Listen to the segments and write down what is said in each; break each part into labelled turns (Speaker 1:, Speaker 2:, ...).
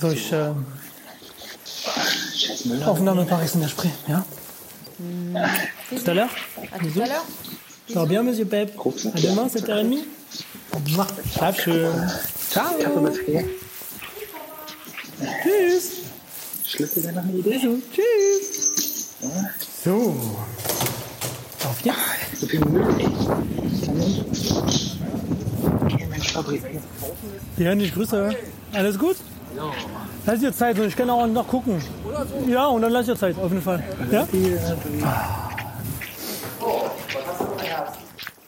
Speaker 1: durch äh, Aufnahme Paris in der Spree. Ja. Tout à l'heure.
Speaker 2: Mmh. À tout à l'heure.
Speaker 1: Ça va bien, Monsieur Pep À demain, 7h30 Mouah. Dankeschön. Ciao. Tschüss.
Speaker 3: Schlüssel der langen Idee.
Speaker 1: Tschüss. So. Auf jetzt.
Speaker 3: So viel Müll, ey. Okay, Mensch, Fabrik.
Speaker 1: Herzliche Grüße. Alles gut? Lass dir Zeit, sonst ich kann auch noch gucken. Ja, und dann lass dir Zeit, auf jeden Fall. Ja?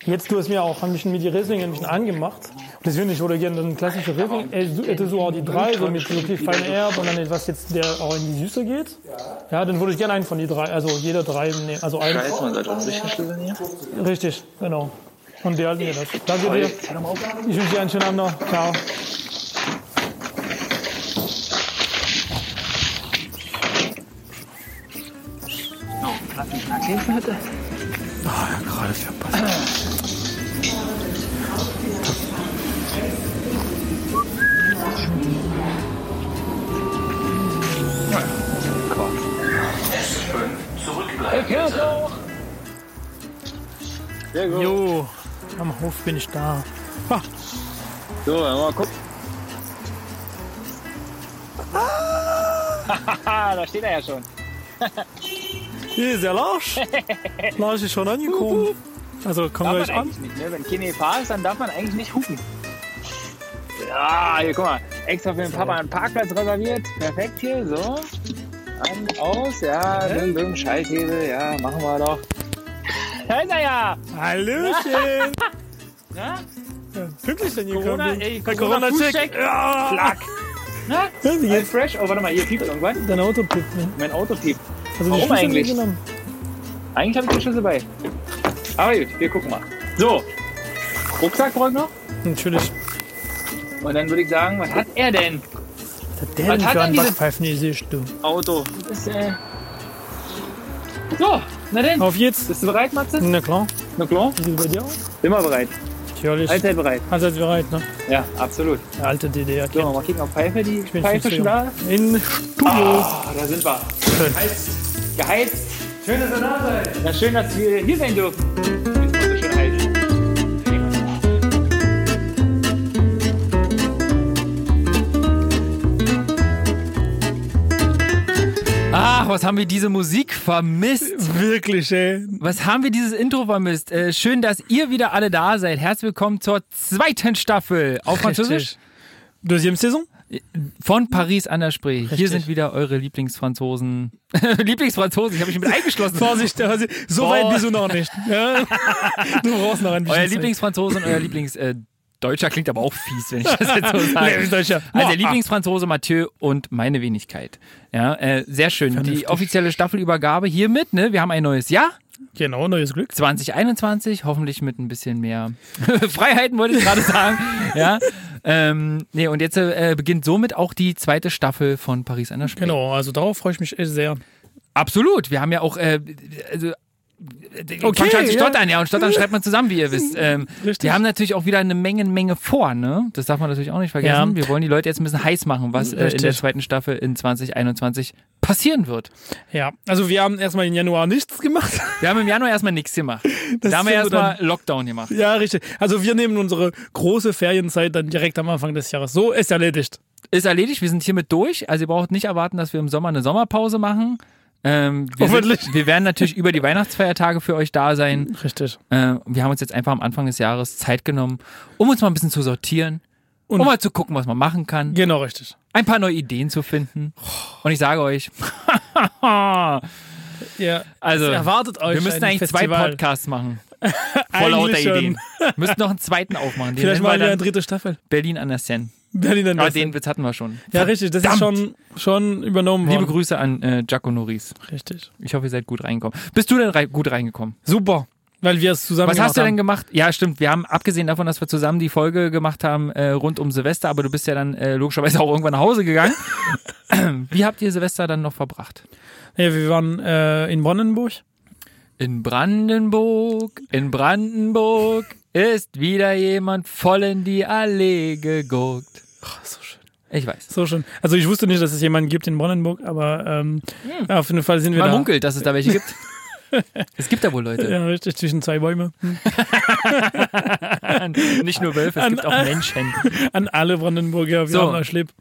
Speaker 1: Jetzt du es mir auch, haben mich mit die Riesling ein bisschen angemacht. Deswegen, ich würde gerne einen klassischen Riesling, äh, so- hätte so auch die drei, so mit wirklich feinem Erb und dann etwas jetzt, der auch in die Süße geht. Ja, dann würde ich gerne einen von die drei, also jeder drei nehmen, also einen.
Speaker 3: Scheiße, man sollte einen sicheren Schlüssel nehmen.
Speaker 1: Richtig, genau. Und der hat mir das. Danke dir.
Speaker 3: Jetzt, hör doch mal auf.
Speaker 1: Ich wünsche dir einen schönen Abend noch. Ciao.
Speaker 4: Gerade verpasst.
Speaker 3: Sehr gut.
Speaker 1: Jo, am Hof bin ich da. Ha,
Speaker 3: So, mal gucken. Ah, da steht er ja schon.
Speaker 1: hier ist der Larsch. Larsch ist schon angekommen. Also kommen
Speaker 3: Darf
Speaker 1: wir
Speaker 3: man
Speaker 1: euch an.
Speaker 3: eigentlich nicht, ne? Wenn Kine Fahr ist, dann darf man eigentlich nicht hupen. Ja, hier, guck mal. Extra für den Papa einen Parkplatz reserviert. Perfekt hier, so. An, aus, ja. Bim, bim, Schalthebel, ja, machen wir doch. Da ist er ja.
Speaker 1: Hallöchen.
Speaker 3: Na?
Speaker 1: Pünktlich denn hier
Speaker 3: Corona,
Speaker 1: gekommen.
Speaker 3: ey,
Speaker 1: Der
Speaker 3: Corona
Speaker 1: Corona-Check.
Speaker 3: Fußcheck.
Speaker 1: Ja.
Speaker 3: Plack. Na?
Speaker 1: Ja, wie
Speaker 3: Ein
Speaker 1: geht's?
Speaker 3: Fresh. Oh, warte mal, hier piept irgendwas.
Speaker 1: Dein Auto pippt, ne?
Speaker 3: Mein Auto piept.
Speaker 1: Also
Speaker 3: Warum
Speaker 1: die Schlüssel
Speaker 3: eigentlich?
Speaker 1: mitgenommen.
Speaker 3: Eigentlich habe ich die Schlüssel bei. Aber gut, wir gucken mal. So. Rucksack brauche ich noch.
Speaker 1: Natürlich.
Speaker 3: Und dann würde ich sagen, was hat er denn?
Speaker 1: Der Dellen
Speaker 3: hat
Speaker 1: für
Speaker 3: denn
Speaker 1: einen
Speaker 3: diese-
Speaker 1: Backpfeifen die siehst du.
Speaker 3: Auto. Das ist, äh... So, na denn.
Speaker 1: Auf jetzt.
Speaker 3: Bist du bereit, Matze?
Speaker 1: Na klar.
Speaker 3: Na klar.
Speaker 1: Wie sieht es bei dir aus?
Speaker 3: Immer bereit.
Speaker 1: Natürlich.
Speaker 3: Allzeit bereit.
Speaker 1: Allseits bereit, ne?
Speaker 3: Ja, absolut.
Speaker 1: Der alte DDR.
Speaker 3: So, mal gucken, ob Pfeife die
Speaker 1: bin
Speaker 3: Pfeife
Speaker 1: viel zu
Speaker 3: schon da.
Speaker 1: jung. In Studio.
Speaker 3: Ah, da sind wir.
Speaker 1: Schön.
Speaker 3: Geheizt. Schön, dass ihr da seid. Na, schön, dass wir hier sein dürfen. Jetzt muss es schon heißen.
Speaker 4: Ach, was haben wir diese Musik vermisst?
Speaker 1: Wirklich, ey.
Speaker 4: Was haben wir dieses Intro vermisst? Äh, schön, dass ihr wieder alle da seid. Herzlich willkommen zur zweiten Staffel auf Französisch
Speaker 1: Richtig. Deuxième saison?
Speaker 4: von Paris an der Spree. Hier
Speaker 1: Richtig.
Speaker 4: sind wieder eure Lieblingsfranzosen. Lieblingsfranzosen, ich habe mich mit eingeschlossen.
Speaker 1: Vorsicht, also, so weit
Speaker 4: Boah.
Speaker 1: bist du noch nicht. Ja. Du brauchst noch ein bisschen.
Speaker 4: Euer
Speaker 1: Zeit.
Speaker 4: Lieblingsfranzose und euer Lieblingsdeutscher äh, Deutscher klingt aber auch fies, wenn ich das jetzt so sage.
Speaker 1: Lieblingsdeutscher.
Speaker 4: Also
Speaker 1: Boah.
Speaker 4: der Lieblingsfranzose Mathieu und meine Wenigkeit. Ja, äh, sehr schön. Die offizielle Staffelübergabe hiermit. Ne? Wir haben ein neues Jahr.
Speaker 1: Genau, neues Glück.
Speaker 4: 2021, hoffentlich mit ein bisschen mehr Freiheiten, wollte ich gerade sagen. ja. Ähm, nee, und jetzt äh, beginnt somit auch die zweite Staffel von Paris an der Spree.
Speaker 1: Genau, also darauf freue ich mich echt sehr.
Speaker 4: Absolut. Wir haben ja auch. Äh, also,
Speaker 1: Okay,
Speaker 4: okay,
Speaker 1: ja.
Speaker 4: Stottern, ja, und Stottern schreibt man zusammen, wie ihr wisst. Ähm,
Speaker 1: Richtig.
Speaker 4: wir haben natürlich auch wieder eine Menge, Menge vor, ne? Das darf man natürlich auch nicht vergessen.
Speaker 1: Ja.
Speaker 4: Wir wollen die Leute jetzt ein bisschen heiß machen, was äh, in der
Speaker 1: Richtig.
Speaker 4: zweiten Staffel in 2021 passieren wird.
Speaker 1: Ja, also wir haben erstmal im Januar nichts gemacht.
Speaker 4: Wir haben im Januar erstmal nichts gemacht.
Speaker 1: Das
Speaker 4: da haben wir
Speaker 1: stimmt
Speaker 4: erstmal Lockdown gemacht.
Speaker 1: Ja, richtig. Also wir nehmen unsere große Ferienzeit dann direkt am Anfang des Jahres. So ist erledigt.
Speaker 4: Ist erledigt, wir sind hiermit durch. Also ihr braucht nicht erwarten, dass wir im Sommer eine Sommerpause machen. Ähm, wir,
Speaker 1: Hoffentlich.
Speaker 4: sind, wir werden natürlich über die Weihnachtsfeiertage für euch da sein.
Speaker 1: Richtig.
Speaker 4: Äh, wir haben uns jetzt einfach am Anfang des Jahres Zeit genommen, um uns mal ein bisschen zu sortieren,
Speaker 1: Und-
Speaker 4: um mal zu gucken, was man machen kann,
Speaker 1: Genau, richtig.
Speaker 4: ein paar neue Ideen zu finden. Und ich sage euch, also
Speaker 1: Ja. Es erwartet euch
Speaker 4: wir müssen
Speaker 1: ein
Speaker 4: eigentlich zwei
Speaker 1: Festival.
Speaker 4: Podcasts machen. Voll
Speaker 1: Eigentlich
Speaker 4: lauter
Speaker 1: schon.
Speaker 4: Ideen. Müssten noch einen zweiten aufmachen. Den
Speaker 1: Vielleicht
Speaker 4: nennen wir
Speaker 1: mal wieder eine
Speaker 4: dann
Speaker 1: dritte Staffel.
Speaker 4: Berlin an der Seine.
Speaker 1: Berlin dann
Speaker 4: Aber
Speaker 1: das-
Speaker 4: den Witz hatten wir schon.
Speaker 1: Ja, richtig. Das ist
Speaker 4: Verdammt.
Speaker 1: schon, schon übernommen worden.
Speaker 4: Liebe Grüße an äh, Jaco Noris.
Speaker 1: Richtig.
Speaker 4: Ich hoffe, ihr seid gut reingekommen. Bist du denn rei gut reingekommen?
Speaker 1: Super. Weil wir es zusammen
Speaker 4: Was
Speaker 1: gemacht
Speaker 4: hast du
Speaker 1: haben.
Speaker 4: denn gemacht? Ja, stimmt. Wir haben, abgesehen davon, dass wir zusammen die Folge gemacht haben äh, rund um Silvester, aber du bist ja dann äh, logischerweise auch irgendwann nach Hause gegangen. Wie habt ihr Silvester dann noch verbracht?
Speaker 1: Ja, wir waren äh, in Brandenburg.
Speaker 4: In Brandenburg, in Brandenburg ist wieder jemand voll in die Allee geguckt.
Speaker 1: so schön.
Speaker 4: Ich weiß.
Speaker 1: So schön. Also ich wusste nicht, dass es jemanden gibt in Brandenburg, aber ähm,
Speaker 4: Hm.
Speaker 1: ja, auf jeden Fall sind wir
Speaker 4: Man
Speaker 1: da.
Speaker 4: munkelt, dass es da welche gibt. es gibt da wohl Leute.
Speaker 1: Ja, richtig, zwischen zwei Bäume.
Speaker 4: Nicht nur Wölfe, es gibt auch Menschen.
Speaker 1: An alle Brandenburger, wir
Speaker 4: So.
Speaker 1: haben da Schlipp.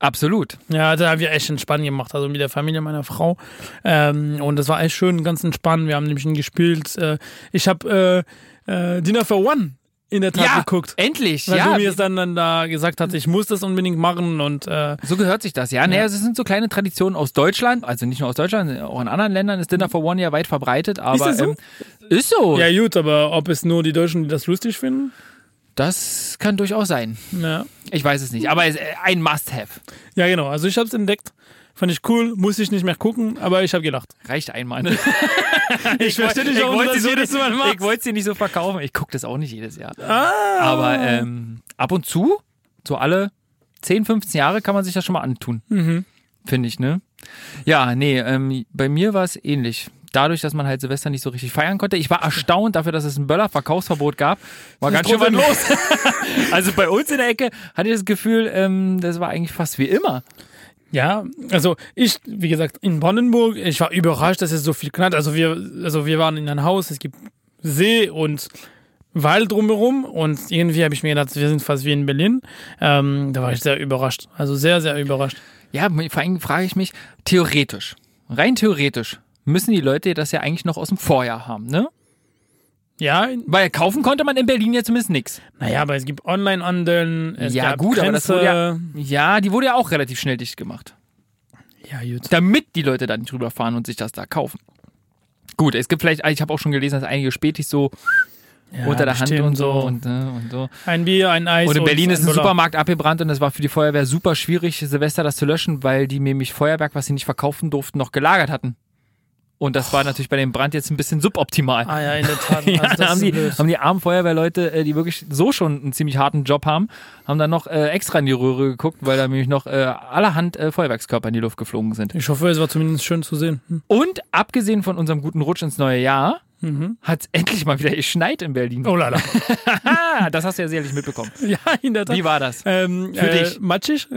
Speaker 4: Absolut.
Speaker 1: Ja, da haben wir echt entspannt gemacht, also mit der Familie meiner Frau. Ähm, und das war echt schön, ganz entspannt. Wir haben nämlich gespielt. Äh, ich habe äh, äh, Dinner for One in der Tat geguckt.
Speaker 4: endlich.
Speaker 1: Weil
Speaker 4: Ja,
Speaker 1: du mir es dann, dann da gesagt hast, ich muss das unbedingt machen und äh,
Speaker 4: so gehört sich das. Ja, naja, es sind so kleine Traditionen aus Deutschland. Also nicht nur aus Deutschland, auch in anderen Ländern ist Dinner for One ja weit verbreitet. Aber
Speaker 1: Mhm. das so?
Speaker 4: Ähm, ist so.
Speaker 1: ja gut, aber ob es nur die Deutschen, die das lustig finden?
Speaker 4: Das kann durchaus sein.
Speaker 1: Ja.
Speaker 4: Ich weiß es nicht. Aber es, äh, ein Must-Have.
Speaker 1: Ja, genau. Also ich habe es entdeckt. Fand ich cool, muss ich nicht mehr gucken, aber ich habe gelacht.
Speaker 4: Reicht einmal. Ne?
Speaker 1: Ich verstehe
Speaker 4: ich wollte es
Speaker 1: jedes Mal
Speaker 4: Ich wollte es dir nicht so verkaufen. Ich gucke das auch nicht jedes Jahr. Aber ähm, ab und zu, so alle 10, 15 Jahre, kann man sich das schon mal antun. Finde ich, ne? Ja, nee, ähm, bei mir war es ähnlich. Dadurch, dass man halt Silvester nicht so richtig feiern konnte. Ich war erstaunt dafür, dass es ein Böller-Verkaufsverbot gab. War ganz schön was
Speaker 1: trotzdem-
Speaker 4: los. also bei uns in der Ecke hatte ich das Gefühl, ähm, das war eigentlich fast wie immer.
Speaker 1: Ja, also ich, wie gesagt, in Brandenburg, ich war überrascht, dass es so viel knallt. Also wir, also wir waren in einem Haus, es gibt See und Wald drumherum und irgendwie habe ich mir gedacht, wir sind fast wie in Berlin. Ähm, da war ich sehr überrascht. Also sehr, sehr überrascht.
Speaker 4: Ja, vor allem frage ich mich, theoretisch, rein theoretisch, müssen die Leute das ja eigentlich noch aus dem Vorjahr haben, ne?
Speaker 1: Ja, in-
Speaker 4: Weil kaufen konnte man in Berlin ja zumindest nichts.
Speaker 1: naja, aber es gibt Online-Handeln, es
Speaker 4: Ja,
Speaker 1: gab
Speaker 4: gut, aber das
Speaker 1: Grenze.
Speaker 4: wurde ja, ja, die wurde ja auch relativ schnell dicht gemacht.
Speaker 1: ja, gut.
Speaker 4: Damit die Leute da nicht rüberfahren und sich das da kaufen. Gut, es gibt vielleicht, ich habe auch schon gelesen, dass einige Spätis so
Speaker 1: Ja,
Speaker 4: unter der Hand
Speaker 1: bestimmt
Speaker 4: und so und, ne, und so.
Speaker 1: ein Bier, ein Eis.
Speaker 4: Und in Berlin ist ein
Speaker 1: Böller.
Speaker 4: Supermarkt abgebrannt und es war für die Feuerwehr super schwierig, Silvester das zu löschen, weil die nämlich Feuerwerk, was sie nicht verkaufen durften, noch gelagert hatten. Und das war natürlich bei dem Brand jetzt ein bisschen suboptimal.
Speaker 1: Ah ja, in der Tat.
Speaker 4: Ja,
Speaker 1: Also,
Speaker 4: da
Speaker 1: das
Speaker 4: haben,
Speaker 1: ist
Speaker 4: die,
Speaker 1: blöd.
Speaker 4: haben die armen Feuerwehrleute, äh, die wirklich so schon einen ziemlich harten Job haben, haben dann noch äh, extra in die Röhre geguckt, weil da nämlich noch äh, allerhand äh, Feuerwerkskörper in die Luft geflogen sind.
Speaker 1: Ich hoffe, es war zumindest schön zu sehen. Hm.
Speaker 4: Und abgesehen von unserem guten Rutsch ins neue Jahr, hat es endlich mal wieder geschneit in Berlin.
Speaker 1: Mhm. Oh lala.
Speaker 4: Ah, das hast du ja sicherlich mitbekommen.
Speaker 1: ja, in der Tat.
Speaker 4: Wie war das?
Speaker 1: ähm,
Speaker 4: Für
Speaker 1: äh,
Speaker 4: dich.
Speaker 1: Matschig?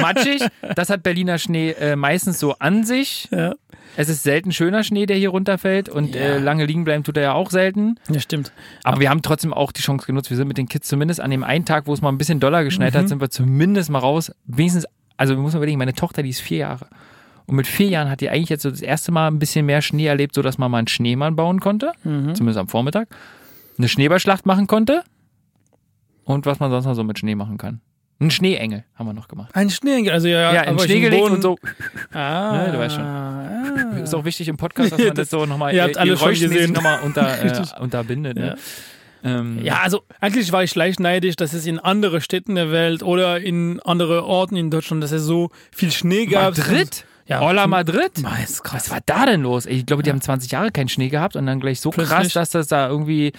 Speaker 4: Matschig, das hat Berliner Schnee äh, meistens so an sich.
Speaker 1: ja.
Speaker 4: Es ist selten schöner Schnee, der hier runterfällt und äh, lange liegen bleiben tut er ja auch selten.
Speaker 1: ja, stimmt.
Speaker 4: Aber wir haben trotzdem auch die Chance genutzt. Wir sind mit den Kids zumindest an dem einen Tag, wo es mal ein bisschen doller geschneit
Speaker 1: Mhm.
Speaker 4: hat, sind wir zumindest mal raus. Wenigstens, also wir müssen überlegen, meine Tochter, die ist vier Jahre. Und mit vier Jahren hat die eigentlich jetzt so das erste Mal ein bisschen mehr Schnee erlebt, sodass man mal einen Schneemann bauen konnte.
Speaker 1: Mhm.
Speaker 4: Zumindest am Vormittag. Eine Schneeballschlacht machen konnte. Und was man sonst noch so mit Schnee machen kann. Einen Schneeengel haben wir noch gemacht.
Speaker 1: Ein Schnee, also ja,
Speaker 4: Ja, im
Speaker 1: aber
Speaker 4: Schnee
Speaker 1: ich im
Speaker 4: gelegt
Speaker 1: Boden-
Speaker 4: und so.
Speaker 1: Ah,
Speaker 4: Ja, du weißt schon.
Speaker 1: Ah.
Speaker 4: Ist auch wichtig im Podcast, dass man das so äh, nochmal
Speaker 1: Ihr habt alle schon gesehen.
Speaker 4: nochmal unter, äh, unterbindet. Ne? Ähm,
Speaker 1: Ja, also eigentlich war ich leicht neidisch, dass es in andere Städten der Welt oder in andere Orten in Deutschland, dass es so viel Schnee gab.
Speaker 4: Madrid?
Speaker 1: Ja.
Speaker 4: Hola Madrid?
Speaker 1: Mann, ist krass.
Speaker 4: Was war da denn los? Ey, Ich glaube, die haben 20 Jahre keinen Schnee gehabt und dann gleich so krass,
Speaker 1: Plötzlich.
Speaker 4: dass das da irgendwie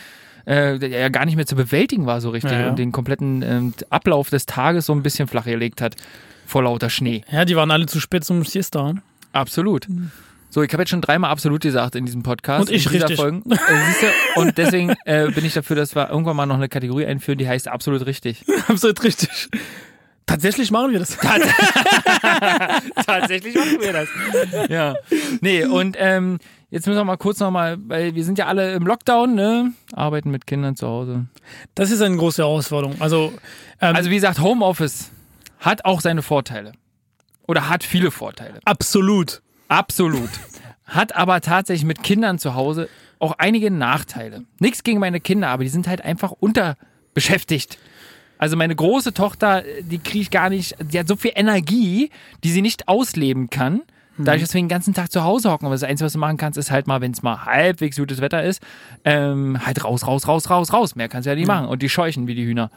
Speaker 4: äh, ja gar nicht mehr zu bewältigen war so richtig
Speaker 1: Ja, ja.
Speaker 4: und den kompletten ähm, Ablauf des Tages so ein bisschen flachgelegt hat vor lauter Schnee.
Speaker 1: Ja, die waren alle zu spät zum Siesta.
Speaker 4: Absolut. So, ich habe jetzt schon dreimal absolut gesagt in diesem Podcast.
Speaker 1: Und ich
Speaker 4: in dieser
Speaker 1: richtig.
Speaker 4: Folge. Äh, siehst du? Und deswegen äh, bin ich dafür, dass wir irgendwann mal noch eine Kategorie einführen, die heißt absolut richtig.
Speaker 1: Absolut richtig. Tatsächlich machen wir das.
Speaker 4: Tatsächlich machen wir das. Ja. Nee, und ähm, jetzt müssen wir mal kurz nochmal, weil wir sind ja alle im Lockdown, ne? Arbeiten mit Kindern zu Hause.
Speaker 1: Das ist eine große Herausforderung. Also, ähm,
Speaker 4: Also wie gesagt, Homeoffice hat auch seine Vorteile. Oder hat viele Vorteile.
Speaker 1: absolut.
Speaker 4: Absolut. Hat aber tatsächlich mit Kindern zu Hause auch einige Nachteile. Nichts gegen meine Kinder, aber die sind halt einfach unterbeschäftigt. Also meine große Tochter, die kriegt gar nicht, die hat so viel Energie, die sie nicht ausleben kann. Dadurch, dass wir den ganzen Tag zu Hause hocken. Aber das Einzige, was du machen kannst, ist halt mal, wenn es mal halbwegs gutes Wetter ist, ähm, halt raus, raus, raus, raus, raus. Mehr kannst du ja nicht machen. Und die scheuchen wie die Hühner.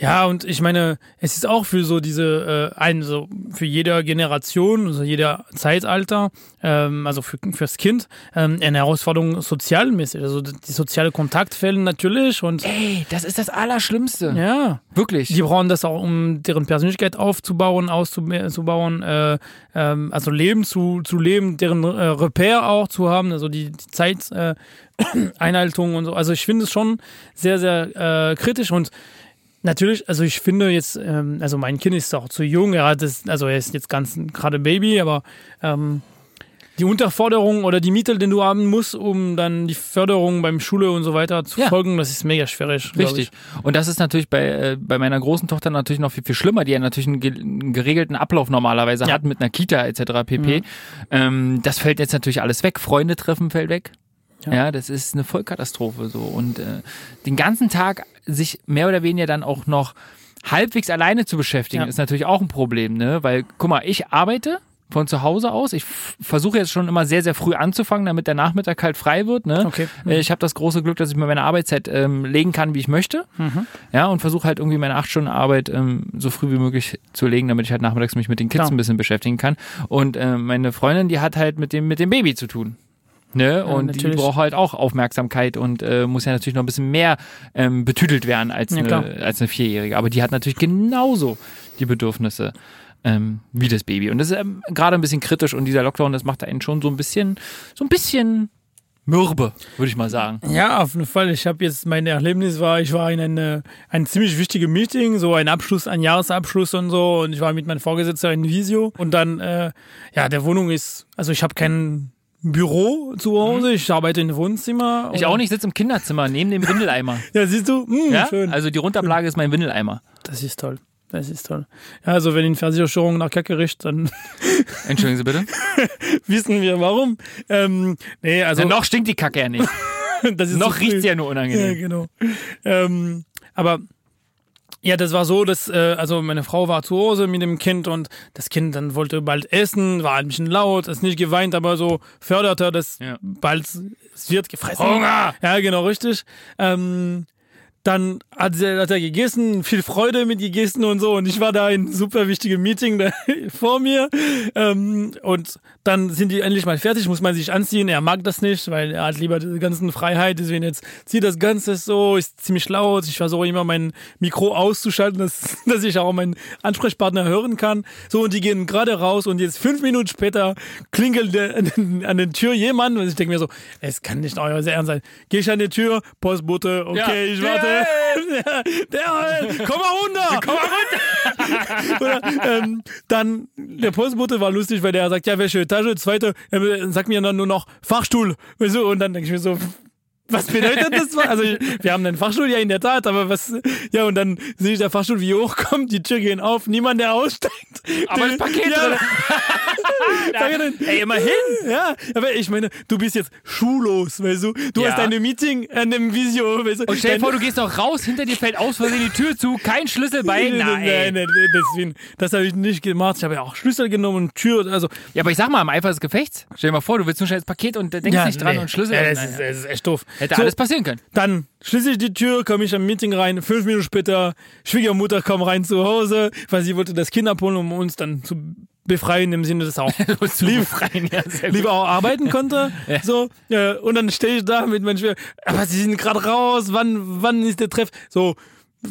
Speaker 1: Ja, und ich meine, es ist auch für so diese, äh, ein, so für jede Generation, also jeder Zeitalter, ähm, also für, fürs Kind, ähm, eine Herausforderung sozialmäßig. Also die soziale Kontakt fehlen natürlich und
Speaker 4: Ey, das ist das Allerschlimmste.
Speaker 1: ja,
Speaker 4: Wirklich.
Speaker 1: die brauchen das auch, um deren Persönlichkeit aufzubauen, auszubauen, äh, ähm, also Leben zu, zu leben, deren äh, Repair auch zu haben, also die, die Zeit, äh, Einhaltung und so. Also ich finde es schon sehr, sehr äh, kritisch und Natürlich, also ich finde jetzt, ähm, also mein Kind ist auch zu jung, er hat es, also er ist jetzt ganz gerade Baby, aber ähm, die Unterforderung oder die Mittel, die du haben musst, um dann die Förderung beim Schule und so weiter zu
Speaker 4: Ja.
Speaker 1: folgen, das ist mega schwierig. glaub
Speaker 4: Richtig. Und das ist natürlich bei, äh, bei meiner großen Tochter natürlich noch viel, viel schlimmer, die ja natürlich einen, ge einen geregelten Ablauf normalerweise hat mit einer Kita etc. pp. Ähm, das fällt jetzt natürlich alles weg. Freunde treffen fällt weg. Ja. das ist eine Vollkatastrophe so. Und äh, den ganzen Tag sich mehr oder weniger dann auch noch halbwegs alleine zu beschäftigen,
Speaker 1: Ja.
Speaker 4: ist natürlich auch ein Problem, ne? Weil, guck mal, ich arbeite von zu Hause aus. Ich f- versuche jetzt schon immer sehr, sehr früh anzufangen, damit der Nachmittag halt frei wird. Ne?
Speaker 1: Okay.
Speaker 4: Äh, Ich habe das große Glück, dass ich mir meine Arbeitszeit ähm, legen kann, wie ich möchte.
Speaker 1: Mhm.
Speaker 4: Ja, und versuche halt irgendwie meine acht Stunden Arbeit ähm, so früh wie möglich zu legen, damit ich halt nachmittags mich mit den Kids
Speaker 1: Klar.
Speaker 4: ein bisschen beschäftigen kann. Und äh, meine Freundin, die hat halt mit dem, mit dem Baby zu tun. Ne? Und die
Speaker 1: natürlich.
Speaker 4: braucht halt auch Aufmerksamkeit und äh, muss ja natürlich noch ein bisschen mehr ähm, betüdelt werden als,
Speaker 1: Ja, klar.
Speaker 4: eine, als eine Vierjährige. Aber die hat natürlich genauso die Bedürfnisse ähm, wie das Baby. Und das ist ähm, gerade ein bisschen kritisch und dieser Lockdown, das macht einen schon so ein bisschen, so ein bisschen mürbe, würde ich mal sagen.
Speaker 1: Ja, auf jeden Fall. Ich habe jetzt mein Erlebnis war, ich war in eine, ein ziemlich wichtiges Meeting, so ein Abschluss, ein Jahresabschluss und so. Und ich war mit meinem Vorgesetzter in Visio. Und dann, äh, ja, der Wohnung ist, also ich habe kein Büro zu Hause, ich arbeite im Wohnzimmer.
Speaker 4: Mhm. Ich
Speaker 1: Und-
Speaker 4: auch nicht, sitze im Kinderzimmer neben dem Windeleimer.
Speaker 1: Ja, siehst du? Hm,
Speaker 4: Ja?
Speaker 1: Schön.
Speaker 4: Also die Runterlage ist mein Windeleimer.
Speaker 1: das ist toll. Das ist toll. Ja, also wenn in Versicherung nach Kacke riecht, dann
Speaker 4: Entschuldigen Sie bitte.
Speaker 1: wissen wir warum. Ähm, nee, also
Speaker 4: Also, noch stinkt die Kacke ja nicht.
Speaker 1: das ist
Speaker 4: Noch
Speaker 1: zu
Speaker 4: riecht
Speaker 1: früh.
Speaker 4: sie ja nur
Speaker 1: Ja,
Speaker 4: unangenehm.
Speaker 1: genau. Ähm, aber ja, das war so, dass äh, also meine Frau war zu Hause mit dem Kind und das Kind dann wollte bald essen, war ein bisschen laut, ist nicht geweint, aber so förderte das
Speaker 4: Ja.
Speaker 1: bald es wird gefressen.
Speaker 4: Hunger!
Speaker 1: Ja, genau, richtig. Ähm, dann hat, sie, hat er gegessen, viel Freude mit gegessen und so. Und ich war da in einem super wichtigen Meeting da, vor mir. Ähm, und dann sind die endlich mal fertig, muss man sich anziehen. Er mag das nicht, weil er hat lieber diese ganzen Freiheit. Deswegen jetzt zieht das Ganze so, ist ziemlich laut. Ich versuche immer mein Mikro auszuschalten, dass, dass ich auch meinen Ansprechpartner hören kann. So, und die gehen gerade raus und jetzt fünf Minuten später klingelt der- an den- an der Tür jemand. Und ich denke mir so, es kann nicht euer Ernst sein. Geh ich an die Tür, Postbote, okay,
Speaker 4: Ja.
Speaker 1: ich warte. Der, der, komm mal runter! Komm mal runter! Oder, ähm, dann, der Postbote war lustig, weil der sagt, ja, welche Etage, zweite, er sagt mir dann nur noch Fahrstuhl. Und, so, und dann denke ich mir so, was bedeutet das? Also wir haben einen Fahrstuhl, ja in der Tat, aber was, ja und dann sehe ich der Fahrstuhl, wie er hochkommt, die Tür gehen auf, niemand, der aussteigt.
Speaker 4: Aber das Paket drin.
Speaker 1: Sag ich dann,
Speaker 4: Ey, immerhin.
Speaker 1: ja, aber ich meine, du bist jetzt schullos, weißt du? Du
Speaker 4: Ja.
Speaker 1: hast deine Meeting an dem Visio, weißt du?
Speaker 4: Und stell dir
Speaker 1: Dein-
Speaker 4: vor, du gehst noch raus, hinter dir fällt aus Versehen die Tür zu, kein Schlüssel bei.
Speaker 1: Nein,
Speaker 4: Nein.
Speaker 1: nein, nein, deswegen, das habe ich nicht gemacht. Ich habe ja auch Schlüssel genommen und Tür, also
Speaker 4: Ja, aber ich sag mal, im Eifer des Gefechts, stell dir mal vor, du willst nur schnell das Paket und denkst nicht dran
Speaker 1: nee.
Speaker 4: und Schlüssel.
Speaker 1: Ja, das
Speaker 4: Nein.
Speaker 1: ist, das ist echt doof.
Speaker 4: Hätte
Speaker 1: So,
Speaker 4: alles passieren können.
Speaker 1: Dann schließe ich die Tür, komme ich am Meeting rein, fünf Minuten später, Schwiegermutter kommt rein zu Hause, weil sie wollte das Kind abholen, um uns dann zu befreien, im Sinne, dass auch
Speaker 4: Zu befreien, ja, sehr gut.
Speaker 1: lieber auch arbeiten konnte. So, äh, und dann stehe ich da mit meinem Schwieger, aber sie sind gerade raus, wann, wann ist der Treff? So,